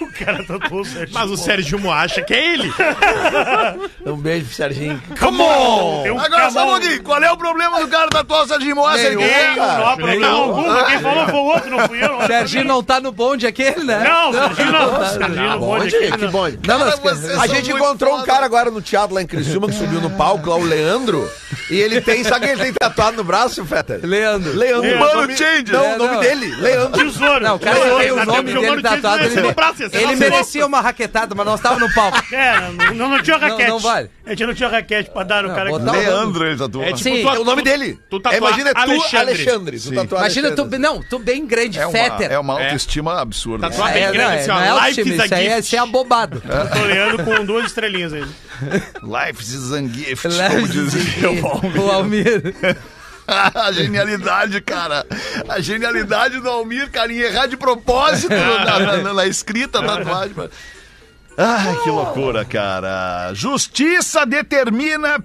S6: O cara tatuou o Sérgio.
S9: Mas o Sérgio Mo acha que é ele.
S8: Tipo, Um beijo pro Serginho.
S6: Come on!
S7: É
S6: Tem um
S5: Agora,
S6: camão-
S5: Samuel, qual é o problema do cara tatuar essa de Moá, Serginho?
S8: É,
S6: Tem, Não há problema algum. Quem falou foi o outro, não fui eu. não.
S7: Serginho não tá no bonde aquele, né?
S6: Não, Serginho não. Serginho não pode aqui.
S8: Tá Que
S6: não.
S8: bonde.
S7: Não, mas-
S8: A gente encontrou um cara agora no teatro lá em Criciúma que subiu no palco, lá o Leandro. E ele tem, sabe quem ele tem tatuado no braço, Feta?
S7: Leandro.
S8: Leandro.
S5: um
S6: É,
S8: Mano,
S5: nome-
S8: change.
S7: É,
S8: Não, o
S7: não.
S8: nome dele, Leandro.
S6: Tesouro.
S7: Não, o cara
S6: Tesouro.
S7: tem o
S6: Dá tempo
S7: nome
S6: que eu
S7: dele
S6: moro de
S7: tatuado. Ele,
S6: descer no braço, ia ser
S7: ele
S6: nosso
S7: merecia uma raquetada, mas nós tava no palco.
S6: É, não, não, não tinha
S7: Não,
S6: raquete.
S7: não vale.
S6: A gente não tinha raquete pra dar no
S7: Não,
S6: cara que
S7: botar o
S5: Leandro, ele tatuou.
S9: É tipo
S7: Sim.
S9: tu-
S8: É o nome dele.
S9: Tu tatuar
S8: Imagina, é tu, Alexandre.
S9: Alexandre.
S8: tu
S5: Sim.
S8: tatuar
S7: Imagina, tu,
S8: Alexandre.
S7: não, tu bem grande,
S5: É uma,
S7: Fetter.
S5: é uma
S9: É.
S5: autoestima absurda.
S9: Tatuar
S5: É.
S9: bem
S7: É, não,
S9: grande,
S7: é,
S9: assim,
S7: não é
S9: ó. Life
S7: autoestima,
S9: is a
S7: isso aí é, isso
S9: gift.
S7: é abobado.
S6: eu tô olhando tá com duas estrelinhas aí. Tá
S5: Life is a gift, como dizia é o Almir.
S7: O Almir.
S5: A genialidade, cara. A genialidade do Almir, cara, em errar de propósito na, na- na- na escrita, na tatuagem. mas- Ai, que loucura, cara. Justiça determina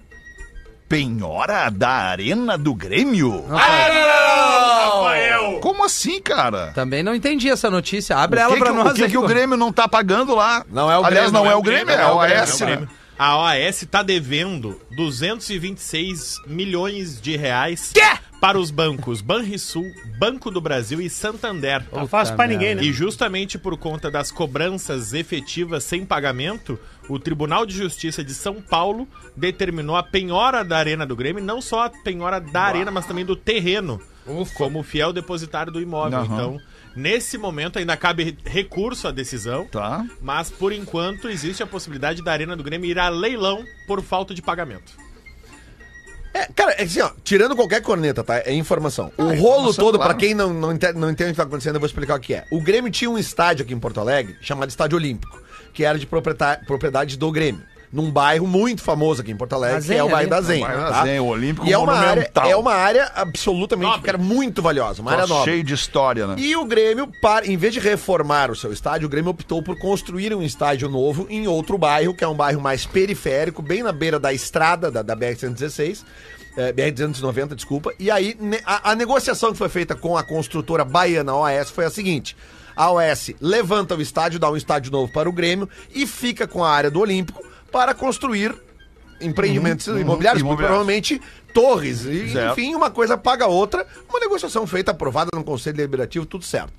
S5: penhora da Arena do Grêmio. Ah,
S6: Rafael!
S5: Como assim, cara?
S7: Também não entendi essa notícia. Abre
S5: O
S7: ela
S5: que
S7: pra
S5: que,
S7: nós.
S5: o que,
S7: aí,
S5: que o
S7: pô.
S5: Grêmio não tá pagando lá?
S8: Não é o
S5: Aliás,
S8: Grêmio,
S5: não é o Grêmio, é
S9: não
S5: o
S9: Grêmio, não é o
S5: AS, né?
S9: Grêmio. A OAS tá devendo 226 milhões de reais para os bancos Banrisul, Banco do Brasil e Santander.
S8: Tá
S6: Não faço pra ninguém, né?
S9: E justamente por conta das cobranças efetivas sem pagamento, o Tribunal de Justiça de São Paulo determinou a penhora da Arena do Grêmio, não só a penhora da Arena, mas também do terreno, como fiel depositário do imóvel.
S5: Aham.
S9: Então, Nesse momento ainda cabe re- recurso à decisão,
S5: Tá.
S9: mas por enquanto existe a possibilidade da Arena do Grêmio ir a leilão por falta de pagamento.
S8: É, cara, é assim, ó, tirando qualquer corneta, tá? É informação. O rolo todo,
S5: claro.
S8: pra quem não, não, inte- não entende o que tá acontecendo, eu vou explicar o que é. O Grêmio tinha um estádio aqui em Porto Alegre, chamado Estádio Olímpico, que era de proprietá- propriedade do Grêmio. Num bairro muito famoso aqui em Porto Alegre, que
S7: Zenha,
S8: é o bairro
S7: né?
S8: da Zenha.
S5: bairro da
S8: tá?
S5: Zenha, o Olímpico
S8: e é uma área,
S5: Monumental.
S8: é uma área absolutamente
S9: Nobre.
S8: cara, muito valiosa, uma área
S5: Troço
S8: nova.
S5: Cheio de história, né?
S8: E o Grêmio, para, em vez de reformar o seu estádio, o Grêmio optou por construir um estádio novo em outro bairro, que é um bairro mais periférico, bem na beira da estrada da, da BR-116, eh, BR-290, desculpa. E aí ne- a, a negociação que foi feita com a construtora baiana a OAS foi a seguinte. A OAS levanta o estádio, dá um estádio novo para o Grêmio e fica com a área do Olímpico para construir empreendimentos imobiliários,
S5: Uhum, Imobiliários.
S8: provavelmente torres, e,
S5: Certo.
S8: enfim, uma coisa paga a outra, uma negociação feita, aprovada no Conselho Deliberativo, tudo certo.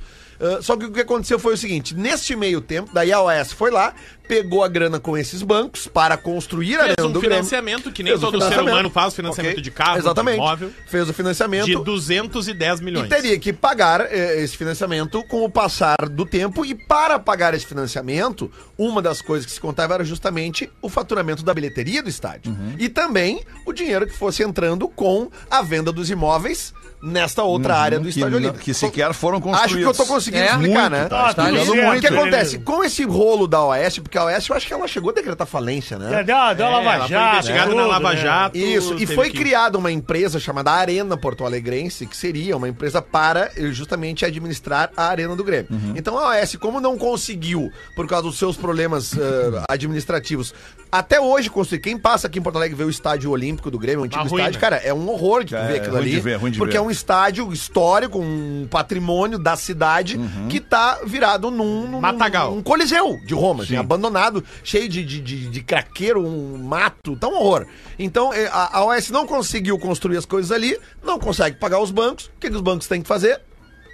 S8: Ah, só que o que aconteceu foi o seguinte, neste meio tempo, daí a OAS foi lá, pegou a grana com esses bancos para construir a
S9: Fez
S8: arena
S9: um
S8: do Grêmio.
S9: financiamento, que nem
S8: Fez um
S9: todo ser
S8: financiamento.
S9: humano faz, financiamento
S8: Ok,
S9: de carro, de
S8: Exatamente.
S9: imóvel.
S8: Fez o financiamento.
S9: De 210 milhões.
S8: E teria que pagar eh, esse financiamento com o passar do tempo. E para pagar esse financiamento, uma das coisas que se contava era justamente o faturamento da bilheteria do estádio.
S5: Uhum.
S8: E também o dinheiro que fosse entrando com a venda dos imóveis nesta outra área do
S5: Uhum. Que
S8: estádio
S5: não-
S8: olímpico.
S5: Que sequer foram construídos.
S8: Acho que eu tô conseguindo
S7: É,
S8: explicar,
S5: muito,
S8: né?
S5: tá
S7: Tá
S5: explicando
S7: ali,
S5: muito.
S8: O que
S6: certo.
S8: acontece? Com esse rolo da Oeste, porque a Oeste eu acho que ela chegou a decretar falência, né?
S6: É, deu uma, deu uma
S9: É, ela
S6: Lava
S9: foi
S6: Jato.
S9: investigada na
S6: tudo,
S9: Lava
S6: né?
S9: Jato.
S8: Isso, e
S9: teve
S8: foi
S9: que-
S8: criada uma empresa chamada Arena Porto Alegrense, que seria uma empresa para eh, justamente administrar a Arena do Grêmio.
S5: Uhum.
S8: Então a OS, como não conseguiu, por causa dos seus problemas eh, administrativos, até hoje construir. Quem passa aqui em Porto Alegre vê o estádio olímpico do Grêmio, o antigo
S9: Uma ruína.
S8: estádio, cara, é um horror de tu
S5: Tá né? É,
S8: ver aquilo
S5: ruim de
S8: ali.
S5: ver, ruim de
S8: porque
S5: ver.
S8: é um estádio histórico, um patrimônio da cidade
S5: Uhum.
S8: que tá virado num, num
S9: Matagal.
S8: num- um coliseu de Roma, assim, abandonado, cheio de, de, de, de craqueiro, um mato, tá um horror. Então eh, a, a OS não conseguiu construir as coisas ali, não consegue pagar os bancos. O que, que os bancos têm que fazer?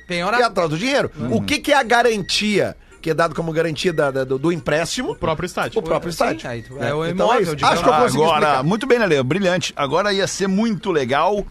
S7: Penhora
S8: Ir atrás do dinheiro.
S5: Uhum.
S8: O que, que é a garantia? Que é dado como garantia da- da- do, do empréstimo.
S9: O próprio
S5: Ah,
S9: estádio.
S8: O
S5: tipo,
S8: próprio estádio.
S7: Sim, aí tu-
S8: Né?
S7: é o
S8: Então
S7: imóvel,
S8: isso.
S7: digamos.
S8: Acho que eu consegui
S5: Agora,
S8: explicar.
S5: muito bem, Lele, brilhante. Agora ia ser muito legal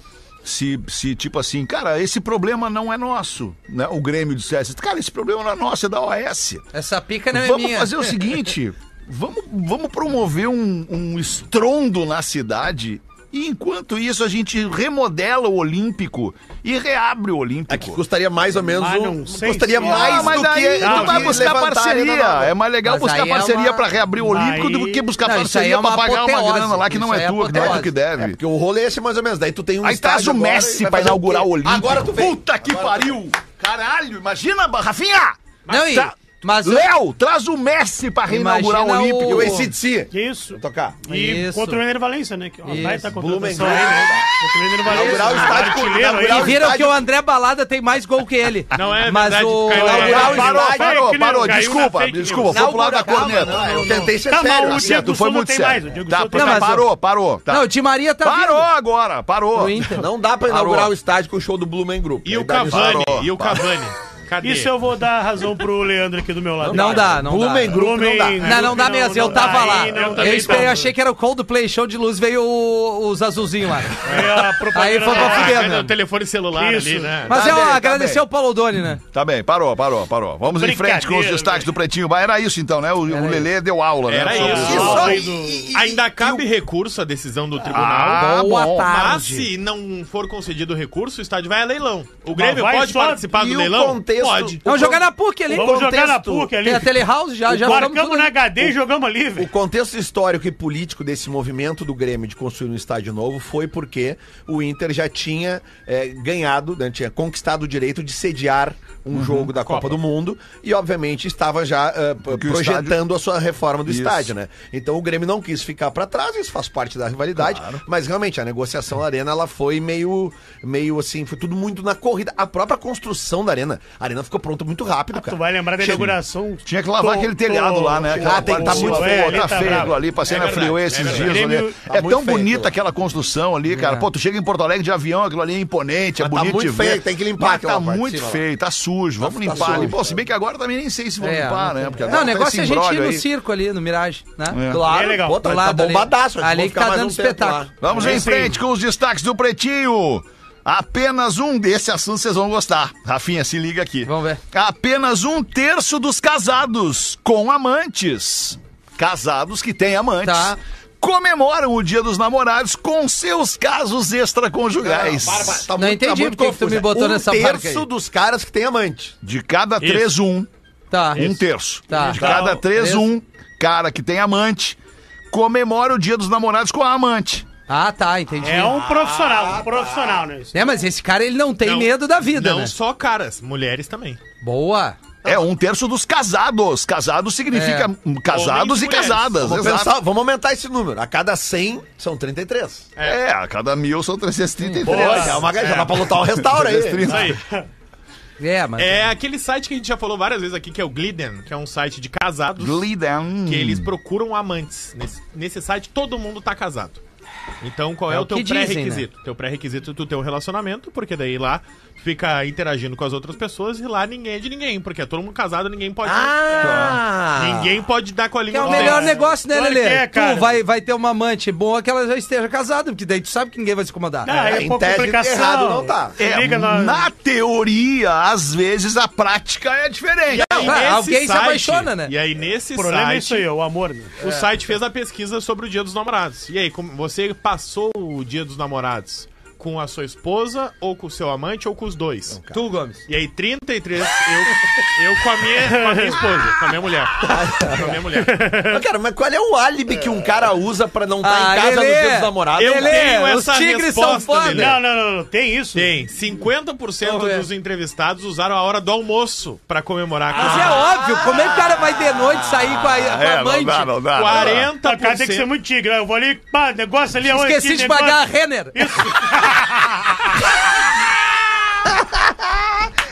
S5: se, se, tipo assim, cara, esse problema não é nosso. Né? O Grêmio dissesse, cara, esse problema não é nosso, é da OS.
S7: Essa pica não é
S5: vamos
S7: minha.
S5: fazer o seguinte: vamos, vamos promover um, um estrondo na cidade. E enquanto isso, a gente remodela o Olímpico e reabre o Olímpico.
S8: É que custaria mais ou menos
S6: Mas
S8: um-
S6: não sei
S8: custaria
S6: se-
S8: mais
S5: Ah, mas
S8: do que
S5: aí
S8: do
S5: tu vai
S8: que
S5: buscar
S8: levantar né, a
S5: parceria.
S8: Arena Nova.
S5: É mais legal
S7: Mas
S5: buscar
S7: aí é
S5: parceria
S7: uma-
S5: pra reabrir o Olímpico do
S6: Aí-
S5: que buscar
S7: Não, isso aí
S5: parceria
S7: é uma
S5: pra pagar uma
S7: apoteose.
S5: grana lá que não
S7: Isso
S5: é
S7: aí é
S5: tua, que não é tu
S7: apoteose.
S5: que deve.
S8: Porque o rolê é esse mais ou menos. Daí tu tem um
S5: Aí traz
S8: estádio
S5: o
S8: agora e
S5: Messi
S8: vai
S5: pra
S8: fazer
S5: inaugurar
S8: é quê?
S5: o Olímpico.
S8: Agora tu vem.
S5: Puta que pariu! Caralho, imagina, Rafinha!
S7: Não, e-
S5: Tá-
S7: mas-
S5: Léo, traz o Messi pra reinaugurar o
S7: Imagina
S5: Olímpico.
S8: E o
S7: o-
S8: ACDC.
S6: Que isso?
S8: Tocar.
S6: E
S7: Isso.
S6: contra o Ener Valência, né? Que, ó,
S7: Isso.
S6: baita contratação
S8: Blumenau.
S6: aí, né? Contra o Ener Valência. Ah,
S8: Inaugurar o estádio com-
S6: Artilheiro aí.
S8: inaugurar
S7: E viram
S8: estádio-
S7: que é o André Balada tem mais gol que ele.
S9: Não é
S7: Mas
S9: verdade,
S7: o...
S9: caiu na-
S8: Inaugurar
S5: Parou,
S8: o estádio.
S5: parou,
S6: Fake
S5: parou.
S6: news, caiu na
S5: Desculpa,
S6: fake news.
S5: desculpa. Vou pular da
S7: Calma,
S5: corneta.
S8: Ah, eu
S5: Não,
S8: tentei ser
S6: Tá
S8: sério. Ah,
S6: mal, o
S8: Acerto.
S6: Diego
S5: foi
S6: Souza
S5: muito
S6: tem
S5: sério.
S6: mais, o Diego
S5: Tá,
S6: Souza tem
S5: tá,
S7: mais.
S5: parou, parou. tá.
S7: Não, o Di Maria tá
S5: Parou
S7: vindo
S5: agora, parou.
S7: pro Inter.
S8: Não dá pra inaugurar
S5: Parou.
S8: o estádio com o show do Blue Man Group.
S9: E
S8: Aí
S9: o
S8: dá
S9: Cavani,
S5: Parou.
S9: e o Cavani. Cadê?
S6: Isso é eu vou dar razão pro Leandro aqui do meu lado. né?
S7: Não dá, né? não dá.
S8: Blumen Group não
S6: É,
S8: dá.
S7: Não, não dá mesmo, eu tava lá. Eu, esperei, eu achei que era o Coldplay show de luz, veio o- os azulzinhos lá.
S6: É a propaganda
S7: Aí foi pra
S6: da-
S7: fuder.
S9: Ah,
S7: né?
S9: o telefone celular
S6: Isso.
S9: ali, né?
S7: Mas
S5: Tá
S7: é ó,
S5: bem, tá
S7: agradecer
S5: bem.
S7: ao Paulo Doni, né?
S5: Tá bem, parou, parou, parou. Vamos em frente com os
S6: Brincadeira,
S5: destaques do Pretinho. Bah, era isso então, né? O, o Lelê deu aula, né?
S9: Era
S5: Sobre
S9: isso.
S5: o-
S8: só-
S6: aí
S8: e- e-
S9: Ainda cabe recurso à decisão do tribunal.
S5: Ah,
S7: Boa
S5: bom.
S9: mas
S7: tarde.
S9: se não for concedido o recurso, o estádio vai a leilão. O Grêmio
S6: vai
S9: pode
S6: só-
S9: participar
S8: E
S9: do
S8: o
S9: leilão?
S8: contexto-
S9: Pode.
S7: Vamos jogar na PUC ali.
S6: Vamos jogar na
S8: contexto-
S6: PUC ali.
S7: Tem a telehouse já, já
S6: Marcamos
S7: tudo.
S6: na HD e jogamos ali,
S8: O
S6: velho.
S8: contexto histórico e político desse movimento do Grêmio de construir um estádio novo foi porque o Inter já tinha eh, ganhado, né, tinha conquistado o direito de sediar
S6: Uhum.
S8: um jogo da Copa. do Mundo e, obviamente, estava já eh, p-
S5: o estádio-
S8: projetando a sua reforma do
S5: Isso.
S8: estádio, né? Então o Grêmio não quis ficar para trás, isso faz parte da rivalidade, mas realmente a negociação da Arena ela foi meio, meio assim, foi tudo muito na corrida. A própria construção da Arena, a Arena ficou pronta muito rápido, cara.
S6: Ah, Tu vai lembrar da
S8: Chega-
S6: inauguração.
S5: Tinha que lavar
S6: Tô-
S5: aquele telhado
S6: tô-
S5: lá, né? Aquela
S8: Ah, tem-
S5: parte tá
S8: tá
S5: muito
S8: muito
S5: feio,
S6: feio,
S5: tá
S6: tá
S5: freio
S6: bravo.
S5: ali, passei
S9: É
S5: na
S9: verdade,
S5: Freeway
S9: é
S5: esses
S9: verdade.
S5: dias
S6: Grêmio-
S5: ali.
S8: Tá
S5: é
S8: muito
S5: tão
S8: feio
S5: bonita
S8: aquilo.
S5: aquela construção ali, cara. Pô, tu chega em Porto Alegre de avião, aquilo ali é imponente, é
S8: Mas tá
S5: bonito
S8: muito
S5: de ver.
S8: feio, tem que limpar
S5: Mas tá
S8: aquela parte
S5: muito
S8: de cima lá.
S5: feio, tá sujo, vamos
S8: tá
S5: limpar ali.
S8: sujo,
S5: Pô, se bem que agora também nem sei se vão
S7: É,
S5: limpar,
S7: não
S5: né?
S7: tem-
S5: Porque
S7: não,
S5: agora
S7: o
S5: tá
S7: negócio é a
S5: esse
S7: gente ir
S5: imbróglio
S7: no
S5: aí.
S7: circo ali, no Mirage, né?
S5: É.
S8: Claro,
S6: É legal.
S8: pô, tá
S7: Do lado ali.
S8: bombadaço. acho
S7: Ali
S8: vou
S7: que
S5: um
S8: ficar
S7: tá
S8: mais um
S7: dando
S8: tempo lá.
S7: espetáculo.
S5: Vamos em
S6: Esse
S5: frente com os destaques do Pretinho. Apenas um desse assunto vocês vão gostar. Rafinha, se liga aqui.
S7: Vamos ver.
S5: Apenas um terço dos casados com amantes. Casados que têm amantes.
S7: Tá.
S5: Comemoram o Dia dos Namorados com seus casos extraconjugais.
S8: Tá
S7: Não entendi
S8: muito
S7: porque que tu
S8: confuso,
S7: me
S8: né?
S7: botou nessa
S8: Um
S7: barca aí.
S8: terço dos caras que tem amante.
S5: De cada três, um.
S7: Tá.
S5: Um terço.
S7: Tá.
S5: De cada três,
S7: Beleza.
S5: um cara que tem amante comemora o dia dos namorados com a amante.
S7: Ah, tá, entendi.
S6: É um
S8: tá.
S6: profissional, um profissional, né?
S7: É, mas esse cara, ele não tem
S9: Não.
S7: medo da vida,
S9: Não
S7: né?
S9: só caras, mulheres também.
S7: Boa.
S5: É um terço dos casados. Casados significa hum, casados
S9: Homens e
S5: e
S9: mulheres.
S5: casadas.
S8: Vamos,
S5: exato.
S8: pensar, vamos aumentar esse número. A cada 100 são 33.
S5: É, a cada mil são 333.
S8: Olha, é uma já dá pra lotar um restaurante aí.
S9: Isso aí.
S7: É, mas...
S9: É aquele site que a gente já falou várias vezes aqui, que é o Glidden, que é um site de casados.
S5: Glidden.
S9: que eles procuram amantes. Nesse, nesse site, todo mundo tá casado. Então, qual é,
S7: É
S9: o
S7: o
S9: teu
S7: que dizem,
S9: pré-requisito? Teu pré-requisito é tu ter um relacionamento, porque daí lá tu fica interagindo com as outras pessoas e lá ninguém é de ninguém, porque é todo mundo casado, ninguém pode.
S7: Ah,
S9: É. Ninguém pode dar com a
S7: Que é
S9: língua
S7: o
S9: no
S7: melhor
S9: pé.
S7: negócio, né,
S6: Claro
S7: Lelê?
S6: que é, cara.
S7: Tu vai, vai ter uma amante boa que ela já esteja casada, porque daí tu sabe que ninguém vai se incomodar.
S6: Ah, é,
S8: em
S6: pouca
S8: tese,
S6: complicação.
S8: errado não tá.
S6: Se
S5: É,
S6: liga na...
S5: na teoria, às vezes a prática é diferente.
S9: E aí,
S7: Ah,
S9: nesse
S7: alguém se apaixona, né?
S9: E aí, nesse
S6: O problema é
S9: site,
S6: isso aí, o amor, né?
S9: o site fez a pesquisa sobre o Dia dos Namorados. E aí, como você passou o Dia dos Namorados com a sua esposa, ou com o seu amante, ou com os dois?
S7: Tu, Gomes.
S9: E aí, 33, eu, eu com, a minha, com a minha esposa, com a minha mulher. Com a minha mulher.
S8: Mas, cara, mas qual é o álibi que um cara usa pra não estar
S7: Ah,
S8: em casa
S7: Lelê.
S8: no dia dos namorados?
S9: Eu
S7: Lelê,
S9: tenho
S7: os
S9: essa
S7: tigres são
S9: resposta,
S7: foda.
S8: É.
S9: Lelê.
S6: Não, não, não, não, tem isso.
S9: Tem. 50%
S7: Vamos ver.
S9: dos entrevistados usaram a hora do almoço pra comemorar a
S7: Mas é
S9: casa.
S7: óbvio, como é que o cara vai de noite sair
S9: Ah,
S7: com a, com a
S5: É, não
S7: amante?
S5: dá, não dá. não dá.
S9: 40%.
S6: Não, o cara tem que ser muito tigre. né? Eu vou ali, pá, negócio ali...
S9: Então
S6: olha
S7: Esqueci
S6: aqui,
S7: de
S6: negócio-
S7: pagar a Renner.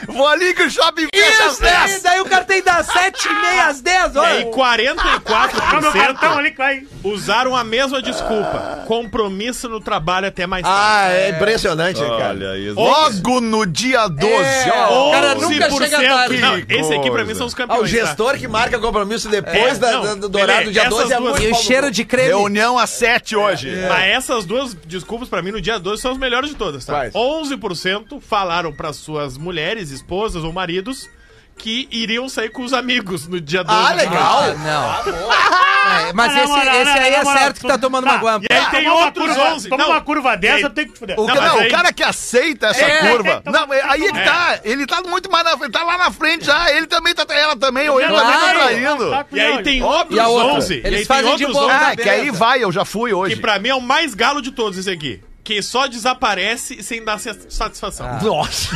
S5: Vou ali que o shopping
S9: é
S5: fecha às
S7: Isso,
S5: 10.
S7: e daí o cara tem das sete e meia às dez,
S9: E aí,
S7: olha.
S6: Ah, meu cartão
S9: 44%
S6: ali cai.
S9: usaram a mesma desculpa. Compromisso no trabalho até mais
S8: Ah, é impressionante, né, cara.
S5: Olha É isso. Logo no dia 12.
S7: É,
S5: ó.
S7: o cara nunca chega tarde. é
S9: Não,
S5: Que
S9: esse aqui pra
S5: coisa.
S9: mim são os
S8: Ah, o
S9: campeões. tá?
S8: gestor que marca compromisso depois
S9: É,
S8: da-
S9: não,
S8: da- do
S9: Lelê,
S8: horário do dia
S9: essas
S8: 12 é
S9: duas- É.
S8: muito
S7: E o
S8: pau no
S7: cheiro
S8: cu.
S7: de creme.
S5: Reunião às 7 hoje.
S9: Mas essas duas desculpas pra mim no dia 12 são as melhores de todas, tá?
S8: Quais?
S9: 11% falaram pra suas mulheres, esposas ou maridos que iriam sair com os amigos no dia 12.
S8: Ah,
S9: de
S8: legal.
S7: Ah, não. É, mas
S6: Ah, não,
S7: esse,
S6: não, não,
S7: esse
S6: não,
S7: aí
S6: não,
S7: é
S6: não,
S7: certo que
S6: tu-
S7: tá tomando uma guampa.
S9: E aí tem
S6: Toma uma
S9: outros
S6: curva-
S9: 11.
S6: Toma
S9: Não.
S6: uma curva
S9: E
S6: dessa,
S9: aí-
S6: tem que te fuder.
S5: O,
S9: Não,
S5: ca-
S9: mas
S5: não,
S9: aí-
S5: o cara que aceita essa
S7: É,
S5: curva.
S6: então,
S5: não, é- aí é que
S9: é.
S5: tá. Ele tá muito mais na frente. Tá lá na frente já. Ele também tá. Ela também, ou ele
S7: Claro.
S5: também tá
S6: Tá
S5: traindo.
S9: E aí tem
S5: E a
S9: outros
S7: outra?
S9: 11. e
S7: Eles
S9: aí tem
S7: fazem de
S9: outros
S7: boa.
S9: 11
S5: Ah, que aí
S7: beleza.
S5: vai, eu já fui hoje.
S9: que pra mim é o mais galo de todos esse aqui. Que só desaparece sem dar sa- satisfação.
S8: Nossa.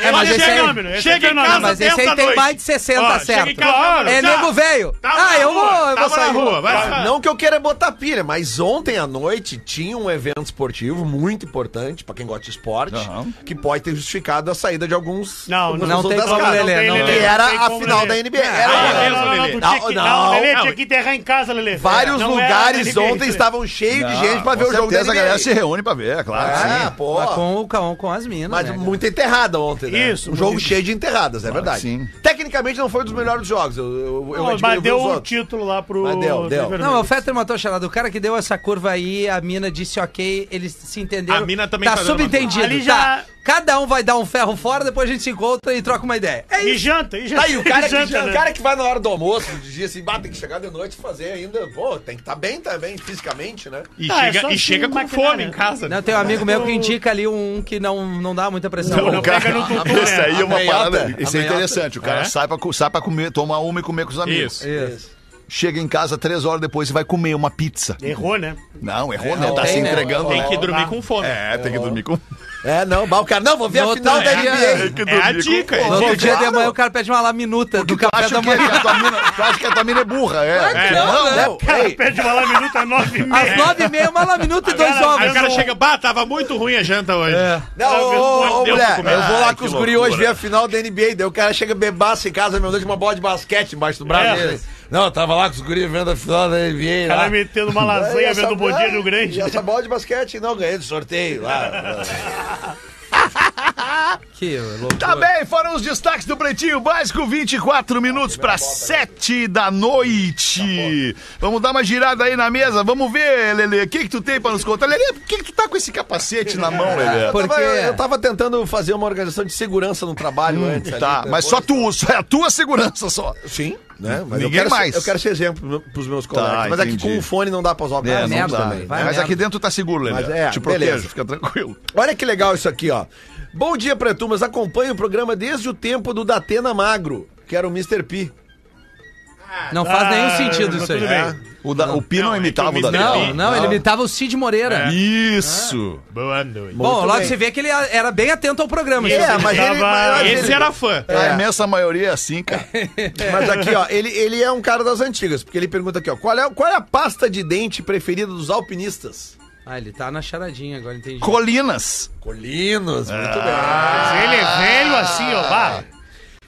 S7: É, mas
S9: Olha,
S7: Ah. esse aí-
S9: fenômeno, esse
S6: chega
S9: é
S6: em
S9: fenômeno.
S6: casa,
S7: mas esse aí tem mais de 60
S9: Ó, chega em
S7: certo.
S9: casa, Tá
S6: Claro.
S7: É
S9: já.
S7: nego velho.
S9: Tava
S7: Ah,
S9: na
S7: eu
S9: rua,
S7: vou, eu vou
S9: tava na
S7: sair.
S9: rua, vai.
S8: Ah, Não que eu queira botar pilha, mas ontem à noite tinha um evento esportivo muito importante pra quem gosta de esporte,
S5: Aham.
S8: que pode ter justificado a saída de alguns
S6: Não,
S8: algumas
S6: não,
S7: tem
S8: outras
S7: como,
S8: casas.
S7: Lelê, não
S8: que
S7: tem.
S8: era a final da NBA.
S6: É,
S8: Era
S9: Ah,
S8: uma-
S9: beleza.
S6: Não, não, não, Lelê, tinha que enterrar em casa, Lelê.
S8: Vários
S6: é
S8: lugares ontem estavam cheios de gente pra ver o jogo da
S5: a galera se
S8: NBA.
S5: reúne pra ver, é claro.
S8: Ah,
S5: sim.
S8: pô.
S7: Mas com o com, com as minas,
S8: Mas
S7: né, cara?
S8: muita enterrada ontem, né?
S6: é. Isso,
S8: Um jogo
S6: muito.
S8: cheio de enterradas, é verdade.
S5: sim.
S8: Tecnicamente não foi um dos melhores jogos. Eu, eu, eu admiro
S6: Mas
S8: os
S6: deu um
S8: outros.
S6: título lá pro...
S8: Mas deu, deu.
S6: River
S7: Não, o
S6: Plate.
S7: Fetter matou a charada. O cara que deu essa curva aí, a mina disse ok, eles se entenderam.
S9: A mina também
S7: Tá
S9: tá dando uma
S7: subentendido,
S6: curva. Ali
S7: tá.
S6: já-
S7: Cada um vai dar um ferro fora, depois a gente se encontra e troca uma ideia. É
S6: E
S7: isso.
S6: janta, e janta.
S8: Tá Aí, o cara,
S6: e janta,
S8: que, já-
S6: né?
S8: o cara que vai na hora do almoço, do dia assim, bah, tem que chegar de noite e fazer ainda. Pô, tem que estar bem também, fisicamente, né?
S9: E
S7: tá,
S6: Ah, é
S9: chega,
S6: só
S9: e
S6: se
S9: chega com
S6: maquinar,
S9: fome
S6: né?
S9: em casa.
S7: assim, Não, tem um amigo meu que indica ali um que não, não dá muita pressão.
S6: Não, não pega no tutu, né?
S5: Isso aí é uma
S8: Amanhota.
S5: parada. Isso é
S8: Amanhota.
S5: interessante. O cara
S9: É.
S5: sai, pra, co- sai pra comer, tomar uma e comer com os amigos.
S9: Isso.
S7: Isso.
S5: Chega em casa três horas depois e vai comer uma pizza.
S6: Errou, né?
S5: Não, errou, né?
S7: não,
S5: Tá
S7: tem,
S5: se
S7: né?
S5: entregando.
S9: Tem
S5: né?
S9: que dormir
S6: Tá.
S9: com fome.
S5: É, tem que dormir com.
S8: É, não, bah, o cara, não, vou ver a
S7: Nota
S8: final da
S7: aí,
S8: NBA.
S7: é.
S5: que
S9: É a
S5: dormir com
S9: dica,
S5: fome.
S7: No outro
S8: Claro.
S7: dia de manhã o cara pede uma laminuta do
S5: Tu
S7: café
S5: acha
S7: da
S5: que,
S7: manhã.
S5: a tua mina, tu acha que a tua mina é burra, é?
S7: que
S5: É.
S7: não, né?
S8: Não,
S6: cara
S8: ei,
S6: pede uma lá minuta nove e
S7: Às
S6: meia.
S7: nove e meia, uma laminuta e dois
S6: Agora,
S9: Aí o
S7: ovos.
S9: cara
S6: não-
S9: chega, bah, tava muito ruim a janta hoje.
S6: É.
S8: não, ô, ô, ô,
S9: Deus,
S8: mulher,
S9: como é-
S8: eu vou lá
S5: Ai,
S8: com
S5: que
S8: os guri
S5: loucura.
S8: hoje ver a final da NBA. Daí o cara chega bebaço em casa, meu Deus, com uma bola de basquete embaixo do braço
S6: É.
S8: dele. Não, eu tava lá com os guri vendo a final da NBA.
S6: O cara
S8: Lá.
S6: metendo uma
S8: E
S6: lasanha
S8: essa
S6: vendo o
S8: bola-
S6: bodinho do
S8: E
S6: grande.
S8: essa bola de basquete, não, ganhei do sorteio lá.
S7: Que loucura.
S5: Tá bem, foram os destaques do Pretinho Básico, 24 minutos para 7 da noite. Vamos dar uma girada aí na mesa, vamos ver, Lelê, o que que tu tem pra nos contar? Lelê, por que que tu tá com esse capacete na mão, Lelê?
S7: Por
S8: Tava-
S7: quê?
S8: eu, eu tava tentando fazer uma organização de segurança no trabalho antes. ali,
S5: Tá,
S8: depois.
S5: mas só tu, só é a tua segurança só.
S8: Sim, né? Mas
S5: Ninguém
S8: eu quero
S5: mais. Tá,
S8: Ser, eu quero ser exemplo pros meus colegas. mas aqui
S5: entendi.
S8: com o fone não dá pra usar o cara.
S5: É, não
S7: merda,
S5: dá.
S7: também, vai
S5: Mas
S7: merda.
S5: aqui dentro tá seguro, Lelê.
S8: Mas é,
S5: Te protejo,
S8: beleza.
S5: fica tranquilo.
S8: Olha que legal isso aqui, ó. Bom dia, Pretumas. Acompanho o programa desde o tempo do Datena Magro, que era o Mr. P.
S7: Não faz nenhum sentido
S6: mas
S7: isso aí.
S6: tudo
S8: né?
S6: bem.
S5: O, da, o Pino
S9: Não, é que
S5: imitava
S9: o
S5: o da
S9: Mr.
S7: Não, então, não, ele imitava o Cid Moreira.
S5: É. Isso!
S9: Boa noite.
S7: Bom,
S8: Muito
S7: logo
S8: bem.
S7: você vê que ele era bem atento ao programa.
S8: É,
S7: gente.
S8: mas ele-
S9: Tava-
S8: mas ele-
S9: Esse era fã.
S5: A imensa maioria é assim, cara.
S8: Mas aqui, ó, ele, ele é um cara das antigas, porque ele pergunta aqui, ó, qual é, qual é a pasta de dente preferida dos alpinistas?
S7: Ah, ele tá na charadinha agora, entendi.
S5: Colinas.
S8: Colinos, muito
S6: Mas ele é velho assim, ó.
S9: Ah.
S6: Bah.
S8: bem. Ah.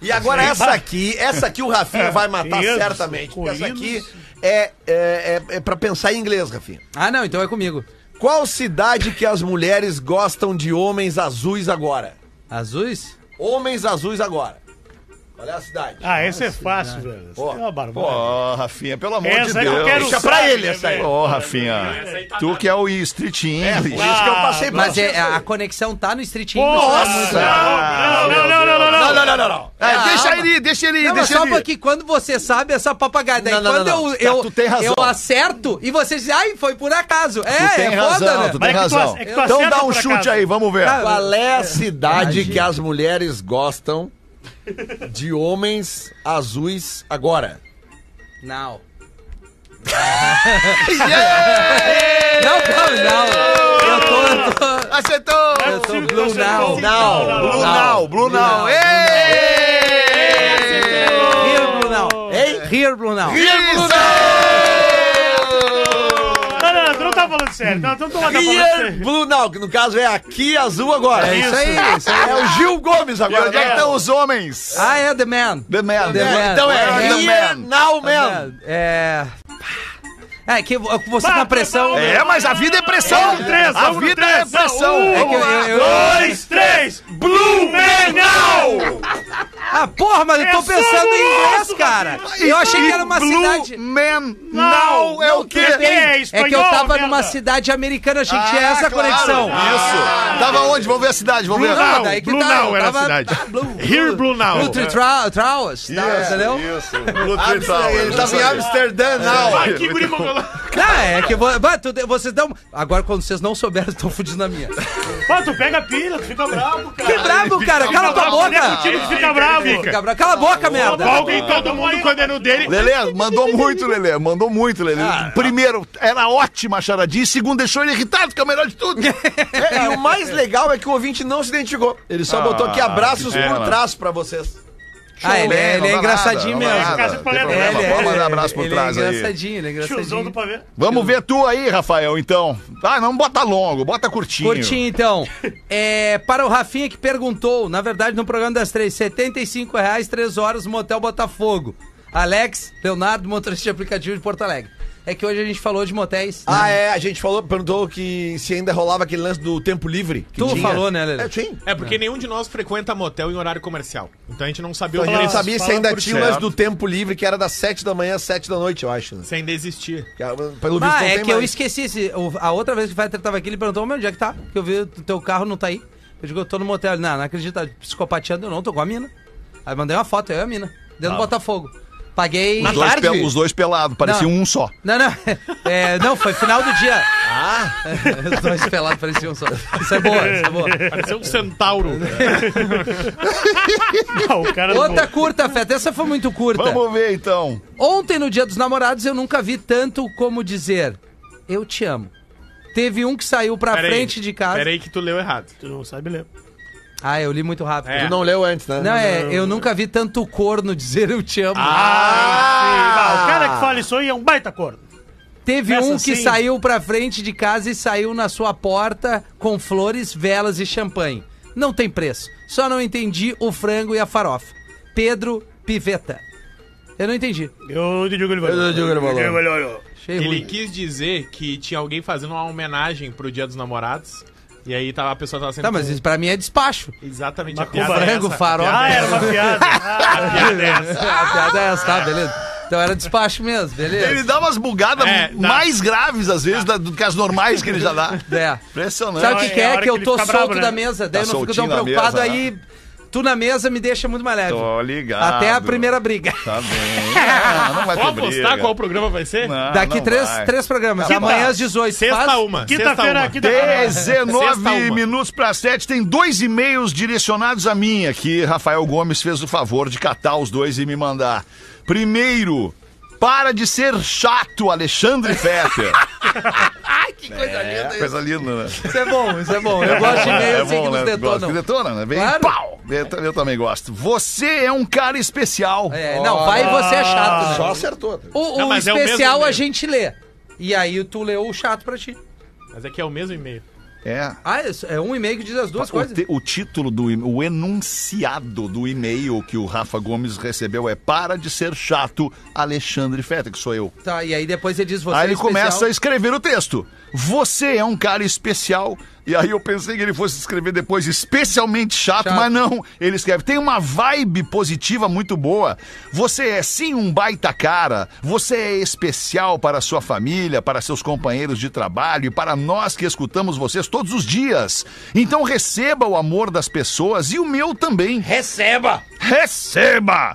S8: E agora essa aqui, essa aqui o Rafinha vai matar
S6: Isso,
S8: certamente. porque Essa aqui
S6: Colinos.
S8: é, é, é, é pra pensar em inglês, Rafinha.
S7: Ah, não, então é comigo.
S8: Qual cidade que as mulheres gostam de homens azuis agora?
S7: Azuis?
S8: Homens azuis agora. Olha a cidade.
S6: Ah, esse é fácil, velho. Essa
S8: Ó,
S6: é uma barbada.
S5: Ó, Rafinha, pelo amor
S6: Essa
S5: de
S6: aí eu
S5: Deus.
S6: quero
S8: Deixa
S6: usar,
S8: pra ele
S6: né,
S8: essa aí.
S6: velho? tá
S5: Ô, Rafinha, tu que é o Street English.
S8: Por isso que eu passei
S7: Mas
S8: por
S7: é,
S8: isso aí.
S7: a conexão tá no Street English.
S6: Nossa! Não, não, não, não, não, não.
S8: Não, não, não, não, não.
S5: É, deixa ele, deixa ele,
S7: Não, mas
S5: deixa
S7: só
S5: ele.
S7: porque quando você sabe essa papagada,
S8: Não,
S7: aí
S8: não,
S7: quando
S8: não, não.
S7: eu
S8: Tá,
S7: eu,
S5: tu tem razão.
S7: eu acerto e você diz, ai, foi por acaso. É,
S5: Tu tem
S7: é
S5: razão,
S7: foda,
S5: tu
S7: né?
S5: tem
S6: Mas é que tu
S5: razão.
S6: ac- é que tu
S5: então
S6: acerta
S5: dá um
S6: por
S5: chute
S6: acaso.
S5: aí, vamos ver.
S7: Cara,
S8: Qual é a cidade que as mulheres gostam de homens azuis agora?
S7: Não. Não, calma, não. Eu tô, eu tô-
S5: Acertou!
S7: eu tô blue
S6: Não,
S7: now.
S6: não,
S5: Blue Now, Blue Now. Ê!
S7: Here blue now.
S8: Hein?
S7: Here blue now.
S5: Isso!
S6: não, tu não tá falando sério. Não, tu não tá falando
S8: Here
S6: sério.
S8: Blue Now, que no caso é aqui azul agora.
S7: É isso aí, isso aí.
S8: É o Gil Gomes
S5: E onde é que
S8: agora.
S5: estão os homens?
S7: Ah, é The Man.
S5: The Man.
S7: The Man.
S8: Então
S5: Where
S8: é
S5: are the
S8: Here
S5: men?
S8: Now Man.
S7: Man. É. É que eu- você
S6: Bah,
S7: na pressão.
S6: tá bom.
S5: É, mas a vida é pressão.
S6: Vamos no três,
S5: a
S6: vamos no
S5: vida é
S6: três.
S5: pressão.
S7: É que eu-
S6: Um,
S7: eu-
S6: dois, três. Blue Man Now!
S7: Ah, porra, mas eu tô
S6: É só
S7: pensando
S6: no
S7: em inglês,
S6: nosso,
S7: cara. Eu achei que era uma
S5: Blue
S7: cidade.
S5: Man Now é o quê?
S7: Tudo bem,
S6: É
S7: É, que eu
S6: espanhol,
S7: tava
S6: merda.
S7: numa cidade americana, achei que tinha
S5: Ah,
S7: essa a
S5: claro.
S7: conexão.
S5: Isso. Tava onde? Vamos ver a cidade, vamos ver.
S7: Não,
S9: Now,
S7: daí que
S9: Blue
S7: tá,
S9: Now
S7: eu
S9: era a
S7: tava-
S9: cidade.
S7: tá, Blue-
S9: Here Blue Now.
S7: Blue Tree Trou- Trowers, tá, entendeu?
S5: é. Isso. Blue Tower.
S8: Ele tava
S5: Isso
S8: em
S5: aí. É.
S8: Amsterdã Now.
S9: Vai, que guri mongolão.
S7: Ah, é que vo- bah, tu- vocês dão. Agora, quando vocês não souberam, estão fudidos na minha.
S6: Pô, tu pega a pilha, tu fica bravo, cara.
S7: Que bravo, cara, cala tua
S6: O
S7: boca!
S6: time fica bravo.
S7: Fica bravo. Cala a boca, merda!
S9: Alguém, todo mundo, quando é no dele.
S5: Lelê, mandou muito, Lelê. Mandou muito, Lelê.
S8: Ah.
S5: Primeiro, era ótima a charadinha. E segundo, deixou ele irritado, que é o melhor de tudo.
S8: É, e o mais legal é que o ouvinte não se identificou. Ele só
S5: Ah,
S8: botou aqui abraços
S5: que pena.
S8: por trás pra vocês.
S7: Ah, ele é, ele é engraçadinho mesmo.
S6: nada.
S7: É, ele é-
S5: Vamos mandar abraço por
S7: ele
S5: trás
S7: é
S5: aí.
S7: engraçadinho, ele é
S6: Tiozão do
S7: engraçadinho.
S6: pavê.
S5: Vamos ver tu aí, Rafael, então. Ah, não bota longo, bota curtinho.
S7: Curtinho, então. É, para o Rafinha que perguntou, na verdade, no programa das três, R$ 75 reais, três horas, Motel Botafogo. Alex, Leonardo, motorista de aplicativo de Porto Alegre. É que hoje a gente falou de motéis.
S8: Ah, é, a gente falou, perguntou que se ainda rolava aquele lance do tempo livre. que
S7: Tu
S8: tinha.
S7: falou, né, Lelê?
S8: É, sim.
S9: É porque nenhum de nós frequenta motel em horário comercial. Então a gente não sabia
S8: Então a gente não
S9: preço.
S8: sabia se ainda
S9: Fala por
S8: tinha o
S9: ti.
S8: lance do tempo livre, que era das 7 da manhã às 7 da noite, eu acho. né?
S9: Se ainda existia.
S8: Que, ah, Pelo visto,
S7: Ah,
S8: não
S7: é
S8: tem
S7: que eu
S8: mais.
S7: esqueci. esse- o- a outra vez que o Fetter tava aqui, ele perguntou: "Meu, onde é que tá? Que eu vi o teu carro não tá aí. Eu digo: eu tô no motel. Ele, não, não acredita, psicopateando, eu não, tô com a mina. Aí mandei uma foto, eu e a mina, dentro do Botafogo. Paguei.
S5: Os dois, pel- os dois pelados, parecia
S7: Não.
S5: um só.
S7: Não, não. É, não, foi final do dia. Ah! Os dois pelados pareciam só. Isso é boa, isso é boa.
S9: Parecia um centauro.
S6: Ah, o cara do-
S7: Outra curta, Feta. Essa foi muito curta.
S5: Vamos ver, então.
S7: Ontem, no Dia dos Namorados, eu nunca vi tanto como dizer eu te amo. Teve um que saiu pra
S9: Peraí,
S7: frente de casa.
S9: Peraí que tu leu errado.
S6: Tu não sabe ler.
S7: Ah, eu li muito rápido.
S9: É.
S8: Tu não leu antes, né?
S7: Não, é, eu nunca vi tanto corno dizer eu te amo.
S6: Ah, sim. Ah, o cara que fala isso aí é um baita corno.
S7: Teve
S6: essa
S7: um que
S6: sim.
S7: saiu pra frente de casa e saiu na sua porta com flores, velas e champanhe. Não tem preço. Só não entendi o frango e a farofa. Pedro Piveta. Eu não entendi.
S6: Eu digo ele valeu. Eu digo ele valeu.
S7: Achei
S9: Ele
S7: ruim.
S9: quis dizer que tinha alguém fazendo uma homenagem pro Dia dos Namorados. E aí tava, a pessoa tava sendo.
S7: Tá, mas isso pra mim é despacho.
S9: Exatamente a
S6: Macumba,
S9: piada. é
S7: frango,
S9: essa, a
S7: farofa.
S9: piada
S6: Ah,
S9: é
S6: era uma
S9: essa.
S6: piada. Ah, a piada é essa.
S7: A piada é essa, tá? Beleza. Então era despacho mesmo,
S5: Ele
S7: beleza?
S5: dá umas bugadas
S9: É, dá.
S5: mais graves, às vezes, da- do que as normais que ele já dá.
S7: É.
S5: Impressionante.
S7: Sabe o que,
S6: É
S7: que
S6: a
S7: é?
S6: hora
S7: Que eu
S6: que
S7: tô
S6: ele
S7: solto
S6: fica bravo, né?
S7: da mesa, daí
S5: Tá
S7: eu não fico tão
S5: soltinho na
S7: preocupado,
S5: mesa, né?
S7: aí tu na mesa me deixa muito mais leve.
S5: Tô Ah, ligado.
S7: Até a primeira briga.
S5: Tá bem. Ah, Não, não vai ter
S9: Vou
S5: briga.
S9: apostar qual programa vai ser?
S5: Não,
S7: Daqui
S5: Ah, não
S7: três,
S5: vai.
S7: três programas.
S6: Quinta-
S7: Amanhã às 18. Faz?
S9: Sexta uma.
S6: Quinta-feira,
S9: sexta uma.
S6: quinta-feira.
S5: 19
S9: uma.
S5: minutos para 7, tem dois e-mails direcionados a mim aqui. Rafael Gomes fez o favor de catar os dois e me mandar. Primeiro, para de ser chato, Alexandre Fetter. Ai, que coisa linda. Coisa linda, né?
S7: Isso é bom, isso é bom. Eu gosto de
S5: É
S7: e-mail assim
S5: bom,
S7: que nos
S5: né? Gosto que
S7: detonam.
S5: detona, né? Vem
S7: Claro.
S5: pau! Eu, ta- eu também gosto. Você é um cara especial.
S7: É, não, vai e você é chato, né?
S8: Só acertou. tá?
S7: O, o
S9: Não, mas é o mesmo
S7: especial a
S9: e-mail.
S7: gente lê. E aí tu leu o chato pra ti.
S9: Mas é que é o mesmo e-mail.
S5: É.
S7: Ah, isso é um e-mail que diz as duas
S5: O,
S7: coisas.
S5: te- o título do e- o enunciado do e-mail que o Rafa Gomes recebeu é Para de ser chato, Alexandre Feta, que sou eu.
S7: Tá, e aí depois ele diz você.
S5: aí
S7: é
S5: ele
S7: especial.
S5: começa a escrever o texto. Você é um cara especial. E aí eu pensei que ele fosse escrever depois especialmente chato,
S7: Chato.
S5: mas não. Ele escreve: tem uma vibe positiva muito boa. Você é sim um baita cara. Você é especial para sua família, para seus companheiros de trabalho e para nós que escutamos vocês todos os dias. Então receba o amor das pessoas e o meu também.
S6: Receba!
S5: Receba!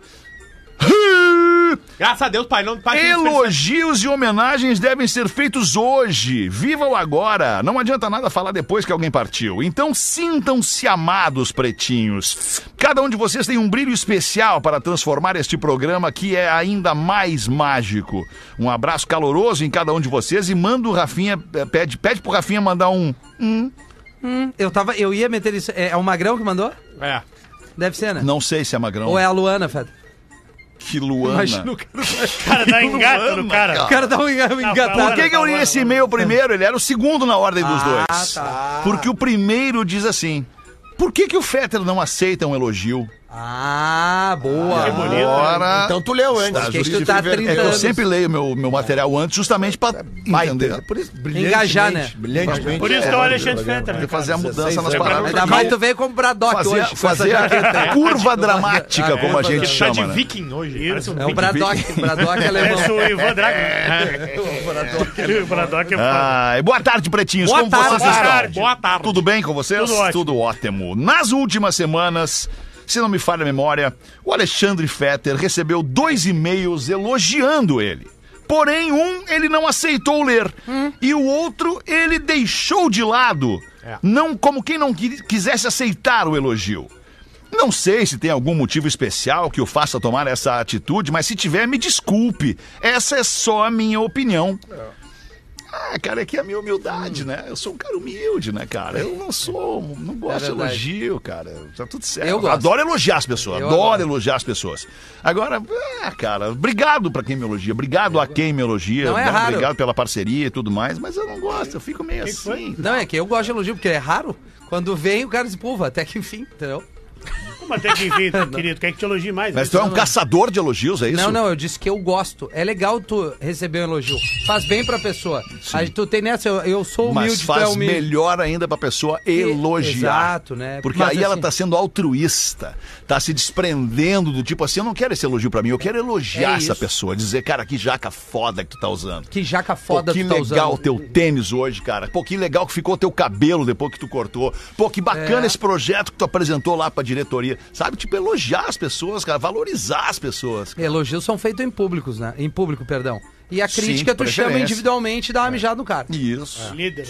S5: Hum!
S9: Graças a Deus, pai, não pai,
S5: É
S9: que dispensa-
S5: Elogios e homenagens devem ser feitos hoje. Viva o agora. Não adianta nada falar depois que alguém partiu. Então sintam-se amados, pretinhos. Cada um de vocês tem um brilho especial para transformar este programa que é ainda mais mágico. Um abraço caloroso em cada um de vocês e manda o Rafinha, eh, pede, pede pro Rafinha mandar um.
S7: Eu, tava, eu ia meter isso. É, é o Magrão que mandou?
S9: É.
S7: Deve ser, né?
S5: Não sei se é magrão.
S7: Ou é a Luana, Fed?
S5: Que Luana.
S7: Imagina o cara.
S6: Cara, dá engato no cara.
S7: O cara dá um enga-
S5: Por
S7: engatado.
S5: que, que eu li esse e-mail primeiro? Ele era o segundo na ordem dos
S7: Ah,
S5: dois.
S7: tá.
S5: Porque o primeiro diz assim: Por que, que o Fetter não aceita um elogio?
S7: Ah, boa.
S5: Agora.
S8: Então tu leu antes.
S5: Ah,
S7: Por que que tu tá há 30
S5: É que eu
S7: anos?
S5: sempre leio meu, meu material antes, justamente pra
S8: Baita.
S5: entender.
S8: Por isso,
S7: Engajar, né?
S8: Brilhantemente.
S6: Por isso que é o Alexandre
S5: Pra
S6: Fetter.
S5: fazer a mudança nas
S8: anos.
S5: paradas.
S7: Ainda mais tu veio comprar doc
S5: Fazer,
S7: hoje.
S5: fazer a curva dramática, como a gente
S9: Ele tá de
S5: chama. né?
S9: viking hoje. Parece um
S7: É o Bradock. O Bradock alemão.
S6: Parece o Ivan Drago. O Bradock é foda.
S5: Ai, boa tarde, pretinhos.
S7: Boa
S5: como
S7: tarde.
S5: vocês
S7: Boa
S5: estão?
S9: tarde. Boa tarde.
S5: Tudo bem com vocês?
S6: Tudo ótimo.
S5: ótimo. Nas últimas semanas, se não me falha a memória, o Alexandre Fetter recebeu dois e-mails elogiando ele. Porém, um ele não aceitou ler e o outro ele deixou de lado.
S9: É.
S5: Não como quem não qui- quisesse aceitar o elogio. Não sei se tem algum motivo especial que o faça tomar essa atitude, mas se tiver, me desculpe. Essa é só a minha opinião.
S7: É.
S5: Ah, cara, é que é a minha humildade, né? Eu sou um cara humilde, né, cara? Eu não sou, não gosto de
S7: É verdade.
S5: elogio, cara. Tá tudo certo.
S7: Eu gosto.
S5: Adoro elogiar as pessoas,
S7: Eu
S5: adoro
S7: adoro.
S5: elogiar as pessoas. Agora, é, cara, obrigado pra quem me elogia, obrigado a quem me elogia,
S7: Não é
S5: né?
S7: raro.
S5: obrigado pela parceria e tudo mais, mas eu não gosto, eu fico meio assim.
S7: Não, é que eu gosto de elogio, porque é raro. Quando vem, o cara se pulva, até que enfim, entendeu?
S6: Mas tem que vir, querido. Quer que te elogie mais?
S5: Mas tu é um caçador de elogios, é isso?
S7: Não, não, eu disse que eu gosto. É legal tu receber um elogio. Faz bem pra pessoa. Aí tu tem nessa, eu, eu sou humilde,
S5: Mas
S7: tu é
S5: faz
S7: humilde.
S5: melhor ainda pra pessoa elogiar.
S7: Exato, né?
S5: Porque
S7: Mas
S5: aí ela
S7: assim-
S5: tá sendo altruísta, tá se desprendendo do tipo assim, eu não quero esse elogio pra mim, eu quero elogiar
S7: É
S5: essa
S7: isso.
S5: pessoa, dizer, cara, que jaca foda que tu tá usando.
S7: Que jaca foda
S5: Pô, que
S7: tu tá
S5: legal
S7: usando.
S5: teu tênis hoje, cara. Pô, que legal que ficou teu cabelo depois que tu cortou. Pô, que bacana
S7: É.
S5: esse projeto que tu apresentou lá pra diretoria. Sabe, tipo, elogiar as pessoas, cara, valorizar as pessoas.
S7: Elogios são feitos em públicos, né? Em público, perdão. E a
S5: Sim,
S7: crítica
S5: de
S7: tu chama
S5: preferência. É.
S7: individualmente e dá uma mijada no cara.
S5: Isso.
S6: é Líder.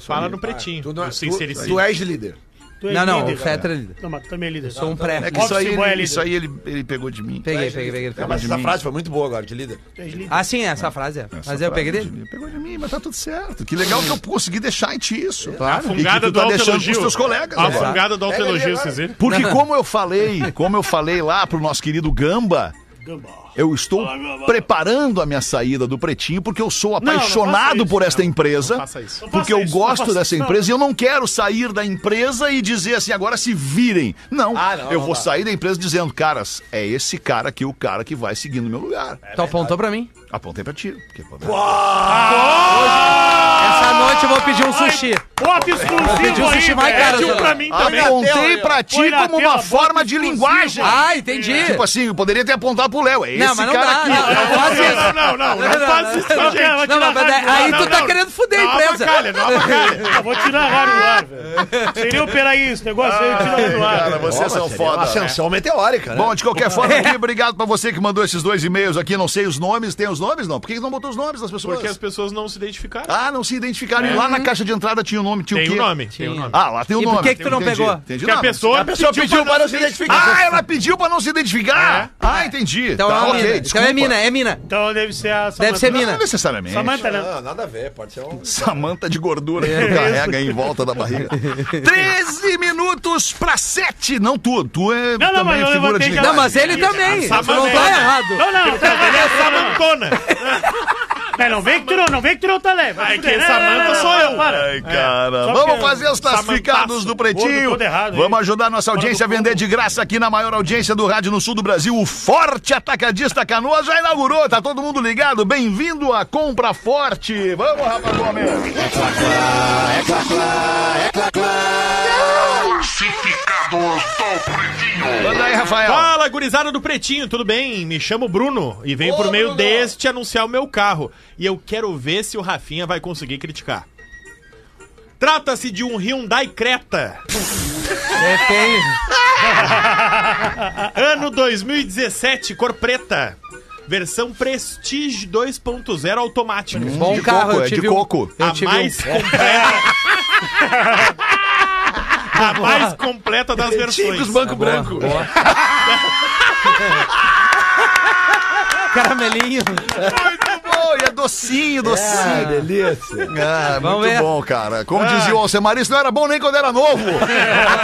S9: Fala no pretinho.
S8: Tu, não,
S9: no
S8: tu,
S9: sincericídio.
S8: tu és líder.
S6: Tu
S7: Não,
S6: é
S7: não,
S6: líder.
S7: o Fetter é líder.
S6: Não, mas tu também é líder. Eu
S7: sou um pré.
S5: É que isso aí,
S6: Office boy
S5: ele,
S6: líder.
S5: isso aí ele, ele pegou de mim.
S7: Peguei, peguei, peguei. ele
S8: É,
S7: pegou.
S8: mas essa frase foi muito boa agora, de líder.
S6: Tu és líder.
S7: Ah, sim, essa frase é. Mas eu peguei dele.
S5: Ele Pegou de mim, mas tá tudo certo. Que legal que eu consegui deixar em ti isso.
S9: A
S5: E que
S9: fungada
S5: tu
S9: do
S5: tá deixando com os
S9: autoelogio.
S5: teus colegas.
S9: A
S5: né?
S9: fungada do autoelogio, vocês viram?
S5: Porque como eu falei, como eu falei lá pro nosso querido Gamba,
S6: Gamba.
S5: Eu estou preparando a minha saída do Pretinho porque eu sou
S6: não faça
S5: apaixonado
S6: isso,
S5: por esta
S9: não, não
S5: empresa.
S9: faça isso.
S6: Não
S5: Porque
S6: faça
S5: eu
S6: isso,
S5: gosto
S6: não faça
S5: dessa
S6: isso, não.
S5: empresa e eu não quero sair da empresa e dizer assim, agora se virem. Não,
S8: Ah, não,
S5: eu
S8: não
S5: vou
S8: dá.
S5: sair da empresa dizendo, caras, é esse cara aqui o cara que vai seguir no meu lugar.
S7: tu apontou pra mim.
S5: Apontei pra ti. porque-
S7: Essa noite eu vou pedir um sushi.
S6: Bota
S7: pedi
S6: exclusivo
S7: um
S6: aí,
S7: sushi, vai,
S6: velho.
S7: cara,
S6: Pede um
S7: Zé.
S6: pra mim também.
S5: Apontei pra ti
S6: Põe na
S5: como
S6: tela,
S5: uma
S6: bota
S5: forma de
S6: exclusivo.
S5: linguagem.
S7: Ah, entendi.
S5: Tipo assim, eu poderia ter apontado pro Léo. É esse
S7: Não, mas não
S5: cara
S7: dá.
S5: aqui.
S7: Não,
S5: É
S7: não,
S5: o
S7: faz isso.
S9: Não, não, não, não faz isso,
S7: não,
S9: gente.
S7: não, não, mas daí- aí
S9: Não,
S7: tu
S9: não,
S7: tá
S9: não.
S7: querendo fuder
S9: Não
S7: a empresa.
S9: abacalha, não abacalha.
S6: Eu vou tirar a rádio do ar, velho. Seria operar isso, o negócio aí, eu tirar do ar.
S5: Ah, Cara, é vocês são foda.
S7: É.
S8: Ascensão meteórica, né?
S5: Bom, de qualquer forma, aqui, obrigado pra você que mandou esses dois e-mails aqui. Não sei os nomes. Tem os nomes, não? Por que não botou os nomes das pessoas?
S9: Porque as pessoas não se identificaram.
S5: Ah, não se identificaram. E lá na caixa de entrada tinha o nome. Tinha
S9: Tem
S5: o
S9: o
S5: quê?
S9: nome, tem o nome.
S5: Ah, lá tem o
S7: Uhum. E por
S5: nome.
S7: que que tu não
S5: Entendi,
S7: pegou?
S5: Entendi.
S9: Porque a
S5: Não,
S9: pessoa pediu pra
S8: para não se identificar.
S5: Ah, ela pediu pra não se
S9: É.
S5: identificar. Ah, entendi.
S7: Então é
S5: tá,
S7: uma
S5: ok.
S7: mina. Então
S5: desculpa.
S7: é mina, é mina.
S6: Então deve ser a Samantha. né?
S7: Deve ser mina.
S5: Não é necessariamente.
S6: Samantha, né?
S8: Ah, nada a ver, pode ser um.
S5: Samanta de gordura que tu carrega em volta da barriga. 13 minutos pra 7. Não tu, tu é
S6: Não, não, mas
S5: também
S6: eu
S5: figura de
S6: levantei já.
S5: linguagem.
S7: Não, mas ele também.
S9: Samanta.
S7: Tu não tá errado.
S6: Não, não, tá,
S9: Ele é Samantona.
S6: não, não vem que tirou, não tá vem que tirou o talé.
S9: Ai, quem é Samanta sou eu.
S5: Ai, cara.
S6: É, só
S5: Vamos
S6: porque
S5: fazer os
S9: Samantaço.
S5: classificados do
S6: Gordo,
S5: Pretinho.
S6: todo errado,
S5: Vamos
S6: hein?
S5: ajudar nossa audiência a vender de graça aqui na maior audiência do rádio no sul do Brasil. O Forte Atacadista Canoas já inaugurou. Tá todo mundo ligado? Bem-vindo à Compra Forte. Vamos, Rafa Gomes. Manda aí, Rafael.
S9: Fala, gurizada do Pretinho, tudo bem? Me chamo Bruno e venho por meio deste anunciar o meu carro. E eu quero ver se o Rafinha vai conseguir criticar. Trata-se de um Hyundai Creta,
S7: É, Depende.
S9: ano 2017, cor preta. Versão Prestige 2.0 automática.
S7: Bom
S5: De
S7: carro,
S5: coco,
S7: eu
S5: é
S7: tive
S5: de
S7: um-
S5: coco.
S7: Hum, Eu
S9: a
S7: tive
S9: mais
S7: um.
S9: completa. a mais completa das versões.
S8: Banco Branco.
S7: Boa. Caramelinho.
S5: Muito bom. E é docinho, docinho.
S8: delícia.
S5: Ah,
S7: Vamos
S5: muito
S7: ver.
S5: bom, cara. Como dizia o Alcemar, isso não era bom nem quando era novo.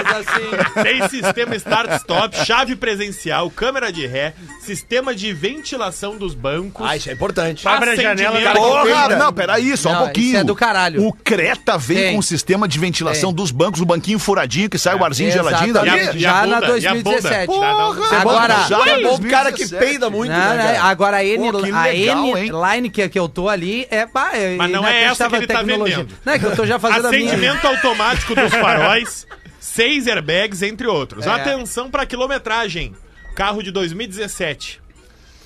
S7: Mas assim,
S9: Tem sistema start-stop, chave presencial, câmera de ré, sistema de ventilação dos bancos.
S8: Ah, isso é importante.
S6: Abre a
S9: acendimento-
S6: janela, dá
S9: Cara, que
S5: Porra,
S9: coisa.
S5: não, peraí, só
S7: Não,
S5: um pouquinho.
S7: isso é do caralho.
S5: O Creta vem
S7: Tem.
S5: com o sistema de ventilação
S7: Tem. É,
S5: dos bancos, o banquinho furadinho que sai o arzinho geladinho
S9: E a-
S5: dali.
S7: Exatamente.
S9: e a
S7: Já na
S9: bunda, e a bunda.
S7: 2017.
S9: Dá- um dá-
S7: Agora-
S5: Já
S7: Ué,
S5: na
S8: é um cara que
S5: 2017.
S8: peida muito,
S7: não,
S8: né,
S7: né,
S8: cara?
S7: agora a N,
S5: Pô, que
S7: a
S5: legal,
S7: N
S5: hein?
S7: line que, que eu tô ali é, pá, é
S9: Mas não é essa que ele tá
S7: inacreditável
S9: vendendo.
S7: Não, é que eu tô já fazendo a minha.
S9: Acendimento automático dos faróis, seis airbags, entre outros.
S7: É.
S9: Atenção pra quilometragem. Carro de 2017.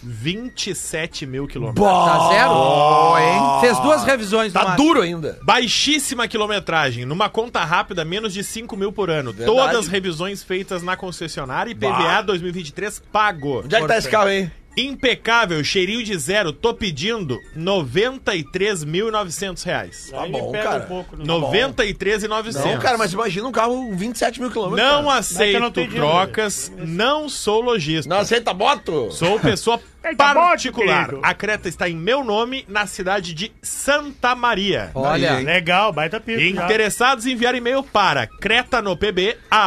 S9: 27 mil quilômetros.
S7: Tá zero? Fez duas revisões no
S8: Tá
S7: máximo.
S8: duro ainda.
S9: Baixíssima quilometragem, numa conta rápida, menos de 5 mil por ano. Todas revisões feitas na concessionária e PVA 2023 pago.
S8: Onde é que tá esse carro, hein?
S9: Impecável, cheirinho de zero, tô pedindo R$ reais.
S8: Tá bom,
S6: pega
S8: cara.
S6: um pouco. no-
S9: 93,900.
S8: Não, cara, mas imagina um carro com 27 mil quilômetros.
S9: Não
S8: cara.
S9: aceito
S6: não tem dinheiro,
S9: trocas, não sou lojista.
S8: Não aceita moto?
S9: Sou pessoa
S6: Eita, bote,
S9: particular.
S6: querido.
S9: A Creta está em meu nome, na cidade de Santa Maria.
S7: tá. Olha,
S6: Legal, baita pico. já.
S9: Interessados em enviar e-mail para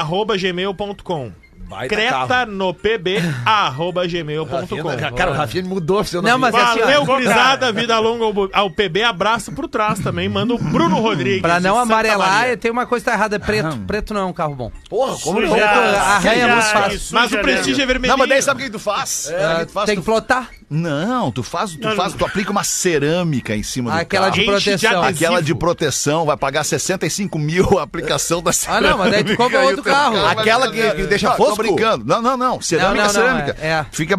S9: cretanopb.gmail.com
S8: Vai
S3: Tá assim,
S9: cretanopb.gmail.com
S8: Cara, o Rafinha mudou seu
S7: Não, mas é assim, ó.
S9: Valeu, gurizada, vida longa ao bu- ao PB, abraço pro trás também, manda o Bruno Rodrigues.
S7: Pra não
S9: de Santa
S7: amarelar,
S9: Maria.
S7: tem uma coisa que tá errada, é preto. Preto não é um carro bom.
S8: Porra, como
S6: Suja,
S8: não?
S7: Preto arranha
S6: suja,
S7: a luz fácil.
S6: isso,
S9: Mas
S6: suja,
S9: o prestígio
S6: né?
S9: é vermelho.
S5: Não, mas daí sabe o que tu faz? Sabe o que tu faz?
S7: Tem que
S5: Tu-
S7: flotar.
S5: Não, tu faz, tu faz, tu aplica uma cerâmica em cima do
S7: Aquela
S5: carro.
S7: de
S9: Enche de
S7: proteção.
S9: adesivo.
S5: Aquela de proteção, vai pagar 65 mil a aplicação da
S7: Ah,
S5: cerâmica.
S7: não, mas daí tu compra
S5: Aí o
S7: outro
S5: teu
S7: carro.
S5: vai
S8: Aquela
S5: ficar-
S8: que- que deixa
S5: Não,
S8: fosco?
S5: Tô brincando. Não, não, não. Cerâmica,
S7: Não, não, não,
S5: cerâmica.
S7: é- é.
S5: Fica,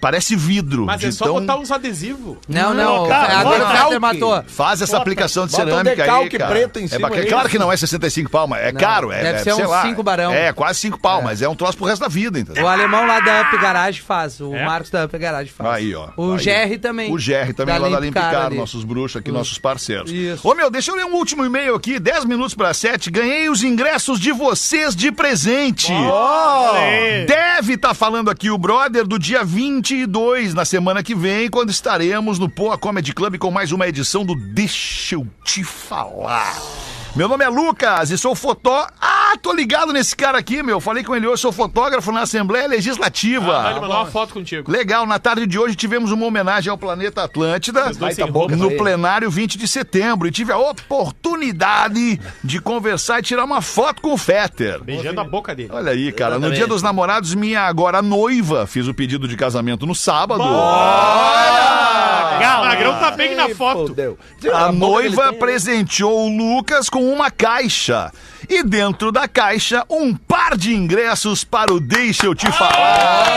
S5: parece vidro.
S9: Mas
S5: de
S9: é só
S5: tão-
S9: botar uns adesivos.
S7: Não, não.
S6: Flotar,
S9: tá,
S7: Agora o
S8: flotar.
S7: Carter matou.
S5: Faz essa aplicação de
S8: bota um
S5: cerâmica aí,
S8: decalque
S5: cara.
S8: preto em
S5: é
S8: cima
S5: bacana.
S8: aí.
S5: Claro que não é 65 pau, mas é caro. É,
S7: deve
S5: é,
S7: ser
S5: sei
S7: uns
S5: lá,
S7: cinco barão.
S5: É, quase 5 pau, mas é um troço pro resto da vida, entendeu?
S7: O alemão lá da Up Garage faz. O
S9: É?
S7: Marcos da Up Garage faz.
S5: Aí, ó.
S7: O
S5: Aí.
S7: GR também.
S5: O GR também lá da Limpicar,
S7: Limpicar
S5: nossos bruxos aqui, nossos parceiros.
S7: Isso.
S5: Ô meu, deixa eu ler um último e-mail aqui, 10 minutos para 7. Ganhei os ingressos de vocês de presente.
S6: Aê.
S5: Deve estar falando aqui o brother do dia 22, na semana que vem, quando estaremos no Poa Comedy Club com mais uma edição do Deixa Eu Te Falar. Meu nome é Lucas e sou fotó... Ah, Ah, tô ligado nesse cara aqui, meu. Falei com ele hoje, sou fotógrafo na Assembleia Legislativa.
S9: Ah, ele mandou uma foto contigo.
S5: Legal, na tarde de hoje tivemos uma homenagem ao planeta Atlântida
S9: dois
S5: Ai,
S9: sem
S5: tá bom,
S9: roupa,
S5: no
S8: tá aí.
S5: plenário 20 de setembro e tive a oportunidade de conversar e tirar uma foto com o Fetter.
S9: Beijando a boca dele.
S5: Olha aí, cara. No dia dos namorados, minha agora noiva fiz o pedido de casamento no sábado.
S9: Legal. O Magrão tá bem na foto.
S8: Fudeu.
S5: A
S8: boca
S5: noiva
S8: dele tem- né?
S5: presenteou o Lucas com uma caixa. E dentro da caixa, um par de ingressos para o Deixa Eu Te Falar.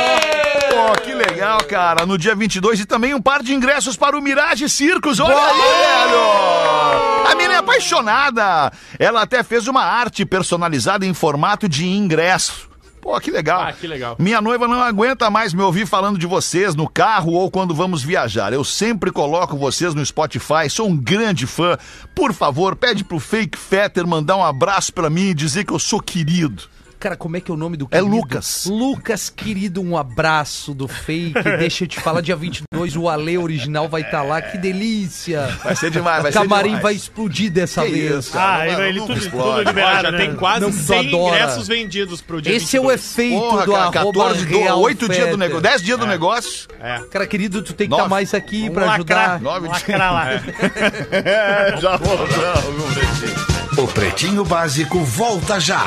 S5: Pô, que legal, cara. No dia 22 e também um par de ingressos para o Mirage Circos. Olha aí, velho! A mina é apaixonada. Ela até fez uma arte personalizada em formato de ingresso. Pô, que legal.
S9: Ah, que legal.
S5: Minha noiva não aguenta mais me ouvir falando de vocês no carro ou quando vamos viajar. Eu sempre coloco vocês no Spotify, sou um grande fã. Por favor, pede pro Fake Fetter mandar um abraço pra mim e dizer que eu sou querido.
S7: Cara, como é que é o nome do
S5: É
S7: querido?
S5: Lucas.
S7: Lucas, querido, um abraço do fake. Deixa eu te falar, dia 22 o Ale original vai estar lá. Que delícia.
S5: Vai ser demais, vai
S7: o
S5: ser
S7: camarim
S5: demais.
S7: vai explodir dessa
S5: Que
S7: vez.
S5: isso, cara.
S6: Ah, ele-
S5: Não,
S6: ele
S5: não
S6: tudo-
S5: explode.
S6: tudo liberado.
S9: Ó, já
S6: né?
S9: tem quase
S7: Não
S9: 100
S7: adora.
S9: ingressos vendidos pro dia
S7: Esse é o
S9: 22.
S7: efeito
S5: Porra,
S7: do
S5: cara,
S7: arroba
S5: 14, do,
S7: real
S5: 8 dias do né?
S7: Fetter.
S5: negócio, 10 dias do negócio.
S9: É.
S7: Cara, querido, tu tem que
S5: Nove.
S7: estar mais aqui pra
S6: Lacrar,
S7: ajudar.
S5: Nove dias.
S6: lacrar lá.
S9: É.
S5: Já voltamos.
S4: O Pretinho Básico volta já.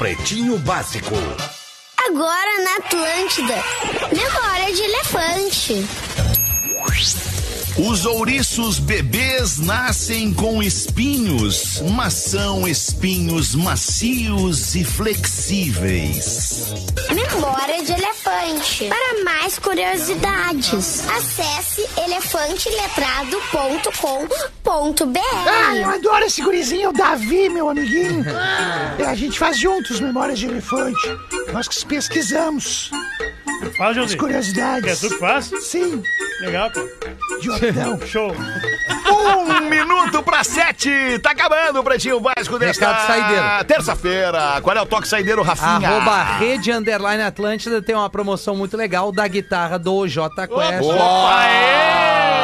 S4: Pretinho Básico.
S10: Agora na Atlântida. Memória de elefante.
S5: Os ouriços bebês nascem com espinhos, mas são espinhos macios e flexíveis.
S10: Memória de elefante. Para mais curiosidades, acesse elefanteletrado.com.br.
S11: adoro esse gurizinho, o Davi, meu amiguinho. É, A gente faz juntos Memórias de Elefante. Nós que pesquisamos
S6: Fala, Josi. É
S11: curiosidades.
S6: tu que faz?
S11: Sim,
S6: Legal, cara.
S11: Jordão.
S6: Show.
S5: Um minuto pra sete, tá acabando o Pretinho Básico
S7: Recado
S5: desta
S7: saideiro.
S5: terça-feira. Qual é o toque saideiro, Rafinha?
S7: Arroba Rede Underline Atlântida tem uma promoção muito legal da guitarra do J Quest.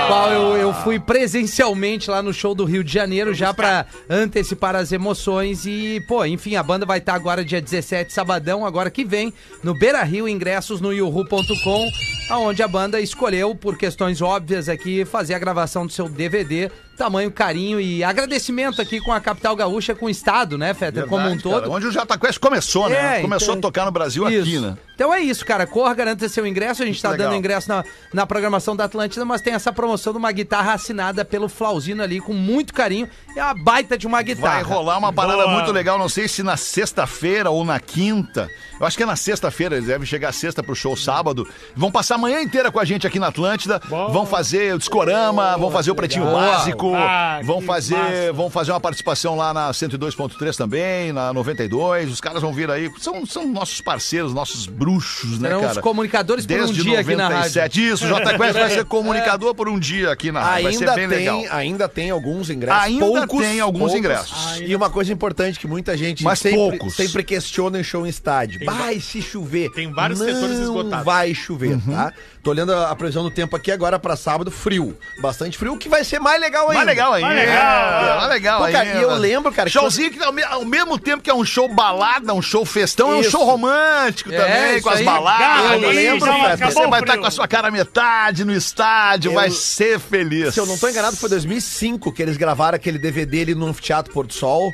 S7: Qual eu, eu fui presencialmente lá no show do Rio de Janeiro, já pra antecipar as emoções. E, pô, enfim, a banda vai estar agora dia 17, sabadão, agora que vem, no Beira Rio, ingressos no yuhu.com, aonde a banda escolheu, por questões óbvias aqui, fazer a gravação do seu DVD. Tamanho, carinho e agradecimento aqui com a capital gaúcha, com o Estado, né, Feta? Como um
S5: Verdade,
S7: todo.
S5: cara, Onde o Jota Quest começou, né?
S7: É,
S5: começou
S7: então-
S5: a tocar no Brasil aqui,
S7: Isso.
S5: né?
S7: Então é isso, cara. Corra, garanta seu ingresso. A gente tá
S5: legal.
S7: dando ingresso na, na programação da Atlântida, mas tem essa promoção de uma guitarra assinada pelo Flauzino ali, com muito carinho. É uma baita de uma guitarra.
S5: Vai rolar uma parada
S6: Boa.
S5: muito legal, não sei se na sexta-feira ou na quinta. Eu acho que é na sexta-feira, eles devem chegar sexta pro show sábado. Vão passar a manhã inteira com a gente aqui na Atlântida. Vão fazer o discorama, vão fazer o pretinho básico,
S6: Ah,
S5: vão
S6: que
S5: fazer,
S6: massa.
S5: vão fazer uma participação lá na 102.3 também, na 92. Os caras vão vir aí, são, são nossos parceiros, nossos bruxos, né,
S7: Serão os
S5: cara?
S7: comunicadores por um
S5: Desde
S7: dia aqui na rádio. É.
S5: 97. Isso, o Jota Quest vai ser comunicador por um dia aqui na rádio. Vai ser
S8: Ainda
S5: bem legal.
S8: tem, ainda tem alguns ingressos.
S5: Ainda
S8: poucos,
S5: tem alguns
S8: poucos.
S9: Ah,
S5: ingressos.
S8: E uma coisa importante que muita gente
S5: Mas
S8: sempre,
S5: poucos.
S8: sempre questiona em show em estádio.
S9: Tem
S8: Vai se chover.
S9: tem vários
S8: não
S9: setores esgotados.
S8: vai chover,
S5: Uhum.
S8: tá? Tô olhando a, a previsão do tempo aqui agora pra sábado, frio. Bastante frio, o que vai ser mais legal ainda.
S5: Mais legal ainda.
S6: Mais legal.
S5: É, mais legal
S8: Pô, cara,
S5: ainda.
S8: e eu lembro, cara, que
S5: Showzinho que ao me- ao mesmo tempo que é um show balada, um show festão, é um
S8: Isso.
S5: show romântico
S7: É,
S5: também,
S7: isso
S5: com as
S7: aí.
S5: baladas.
S6: Garra,
S8: eu lembro,
S6: já
S8: cara,
S6: acabou
S5: Você
S6: o
S5: vai estar
S6: frio.
S5: com a sua cara à metade no estádio,
S8: Eu-
S5: vai ser feliz.
S8: Se eu não tô enganado, foi 2005 que eles gravaram aquele DVD ali no Anfiteatro Porto Sol.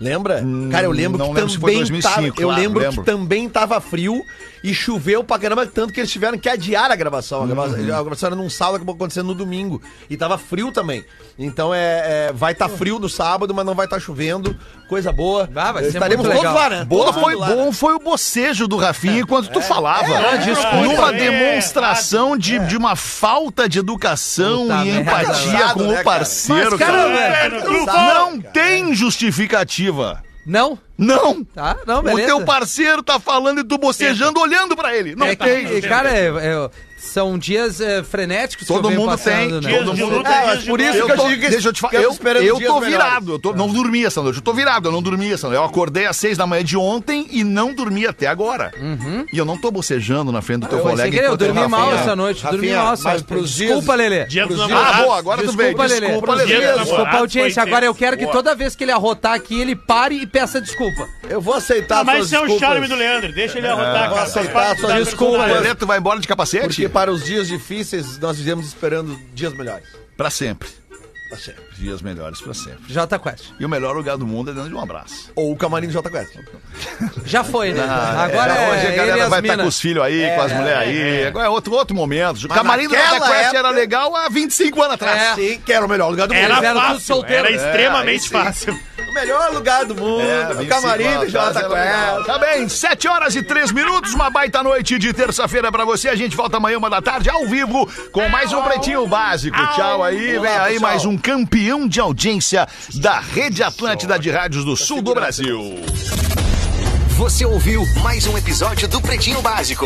S8: Lembra? Cara,
S3: Hum,
S8: eu lembro
S5: Hum, não
S8: que
S5: lembro se foi
S8: também
S5: 2005,
S8: tava, eu
S5: claro,
S8: lembro,
S5: lembro.
S8: que também tava frio e choveu pra caramba tanto que eles tiveram que adiar a gravação. A gravação, a gravação era num sábado que acabou acontecendo no domingo e tava frio também. Então é, é, vai estar frio no sábado, mas não vai estar chovendo. Coisa boa.
S7: Ah, vai ser
S8: Estaremos
S7: muito
S8: todos
S7: legal.
S8: lá, né?
S5: Boa
S8: Todos
S5: foi
S8: lá, né?
S5: bom, foi o bocejo do Rafinha enquanto tu falava.
S7: desculpa.
S5: Numa
S6: É,
S5: demonstração de, de uma falta de educação
S7: Puta
S5: e
S7: merda.
S5: empatia
S8: Casado,
S5: com
S8: né,
S5: o
S8: cara?
S5: parceiro,
S7: Mas, cara,
S5: cara.
S6: Velho, tu
S5: Não tem justificativa.
S7: Não?
S5: Não!
S7: Tá? Não,
S5: O
S7: beleza.
S5: teu parceiro tá falando e tu bocejando, olhando pra ele. Não
S7: é
S5: tem.
S7: que, cara, é, é, São dias eh, frenéticos que
S5: Todo
S7: eu venho
S5: mundo tem,
S7: passando, né?
S5: todo mundo
S7: É,
S5: tem. Por isso que eu digo que deixa eu te falar, eu,
S8: esperando
S5: eu
S8: dias
S5: tô
S8: melhores.
S5: virado, eu tô, não dormi essa noite, eu tô virado, eu não dormi essa noite. Eu acordei às seis da manhã de ontem e não dormi até agora. E eu não tô bocejando na frente do teu
S7: Uhum. Eu,
S5: colega.
S7: eu
S5: enquanto
S7: dormi
S5: ele- tá
S7: mal
S5: Rafinha.
S7: essa noite, dormi mal essa
S12: mas
S7: noite.
S12: pros dias-
S7: Desculpa, Lelê.
S12: Dia dos
S5: namorados. Ah, boa, agora tu
S7: desculpa,
S5: veio.
S7: Lelê.
S5: Desculpa,
S7: Desculpa,
S5: Lelê. Dia dos
S7: Desculpa,
S5: namorados
S7: audiência.
S5: foi
S7: Agora eu
S5: tenso.
S7: quero que
S5: Boa.
S7: toda vez que ele arrotar aqui, ele pare e peça desculpa.
S8: Eu vou aceitar
S6: Ah, mas isso é o charme do Leandro. Deixa ele arrotar, cara. Faz parte da personalidade.
S5: Lelê, tu vai embora de capacete?
S8: Porque para os dias difíceis, nós vivemos esperando dias melhores. Tá
S5: Pra sempre.
S8: Pra sempre.
S5: Dias melhores pra sempre.
S7: Jota Quest.
S5: E o melhor lugar do mundo é dentro de um abraço.
S8: Ou o camarim do Jota Quest.
S7: Já foi, né?
S5: Ah,
S7: Agora
S5: é, hoje
S7: é,
S5: a
S7: ele e
S5: galera
S7: as
S5: vai estar
S7: minas.
S5: com os filhos aí, com as mulheres aí. Agora é outro, outro momento.
S8: Mas
S5: Camarim do
S8: naquela
S5: Jota Quest era
S8: época-
S5: legal há 25 anos atrás.
S7: É.
S8: Sim, que era o melhor lugar do mundo.
S7: Eles
S9: Era
S7: eram tudo
S9: fácil,
S7: solteiros.
S9: era extremamente
S5: aí sim.
S9: fácil.
S8: O melhor lugar do mundo. o camarim do Jota Quest.
S5: Tá bem, 7 horas e 3 minutos, uma baita noite de terça-feira pra você. A gente volta amanhã, uma da tarde, ao vivo, com mais um Pretinho Básico. Tchau aí, vem aí mais um campeão de audiência da Rede Atlântida de Rádios do Sul do Brasil.
S2: Você ouviu mais um episódio do Pretinho Básico.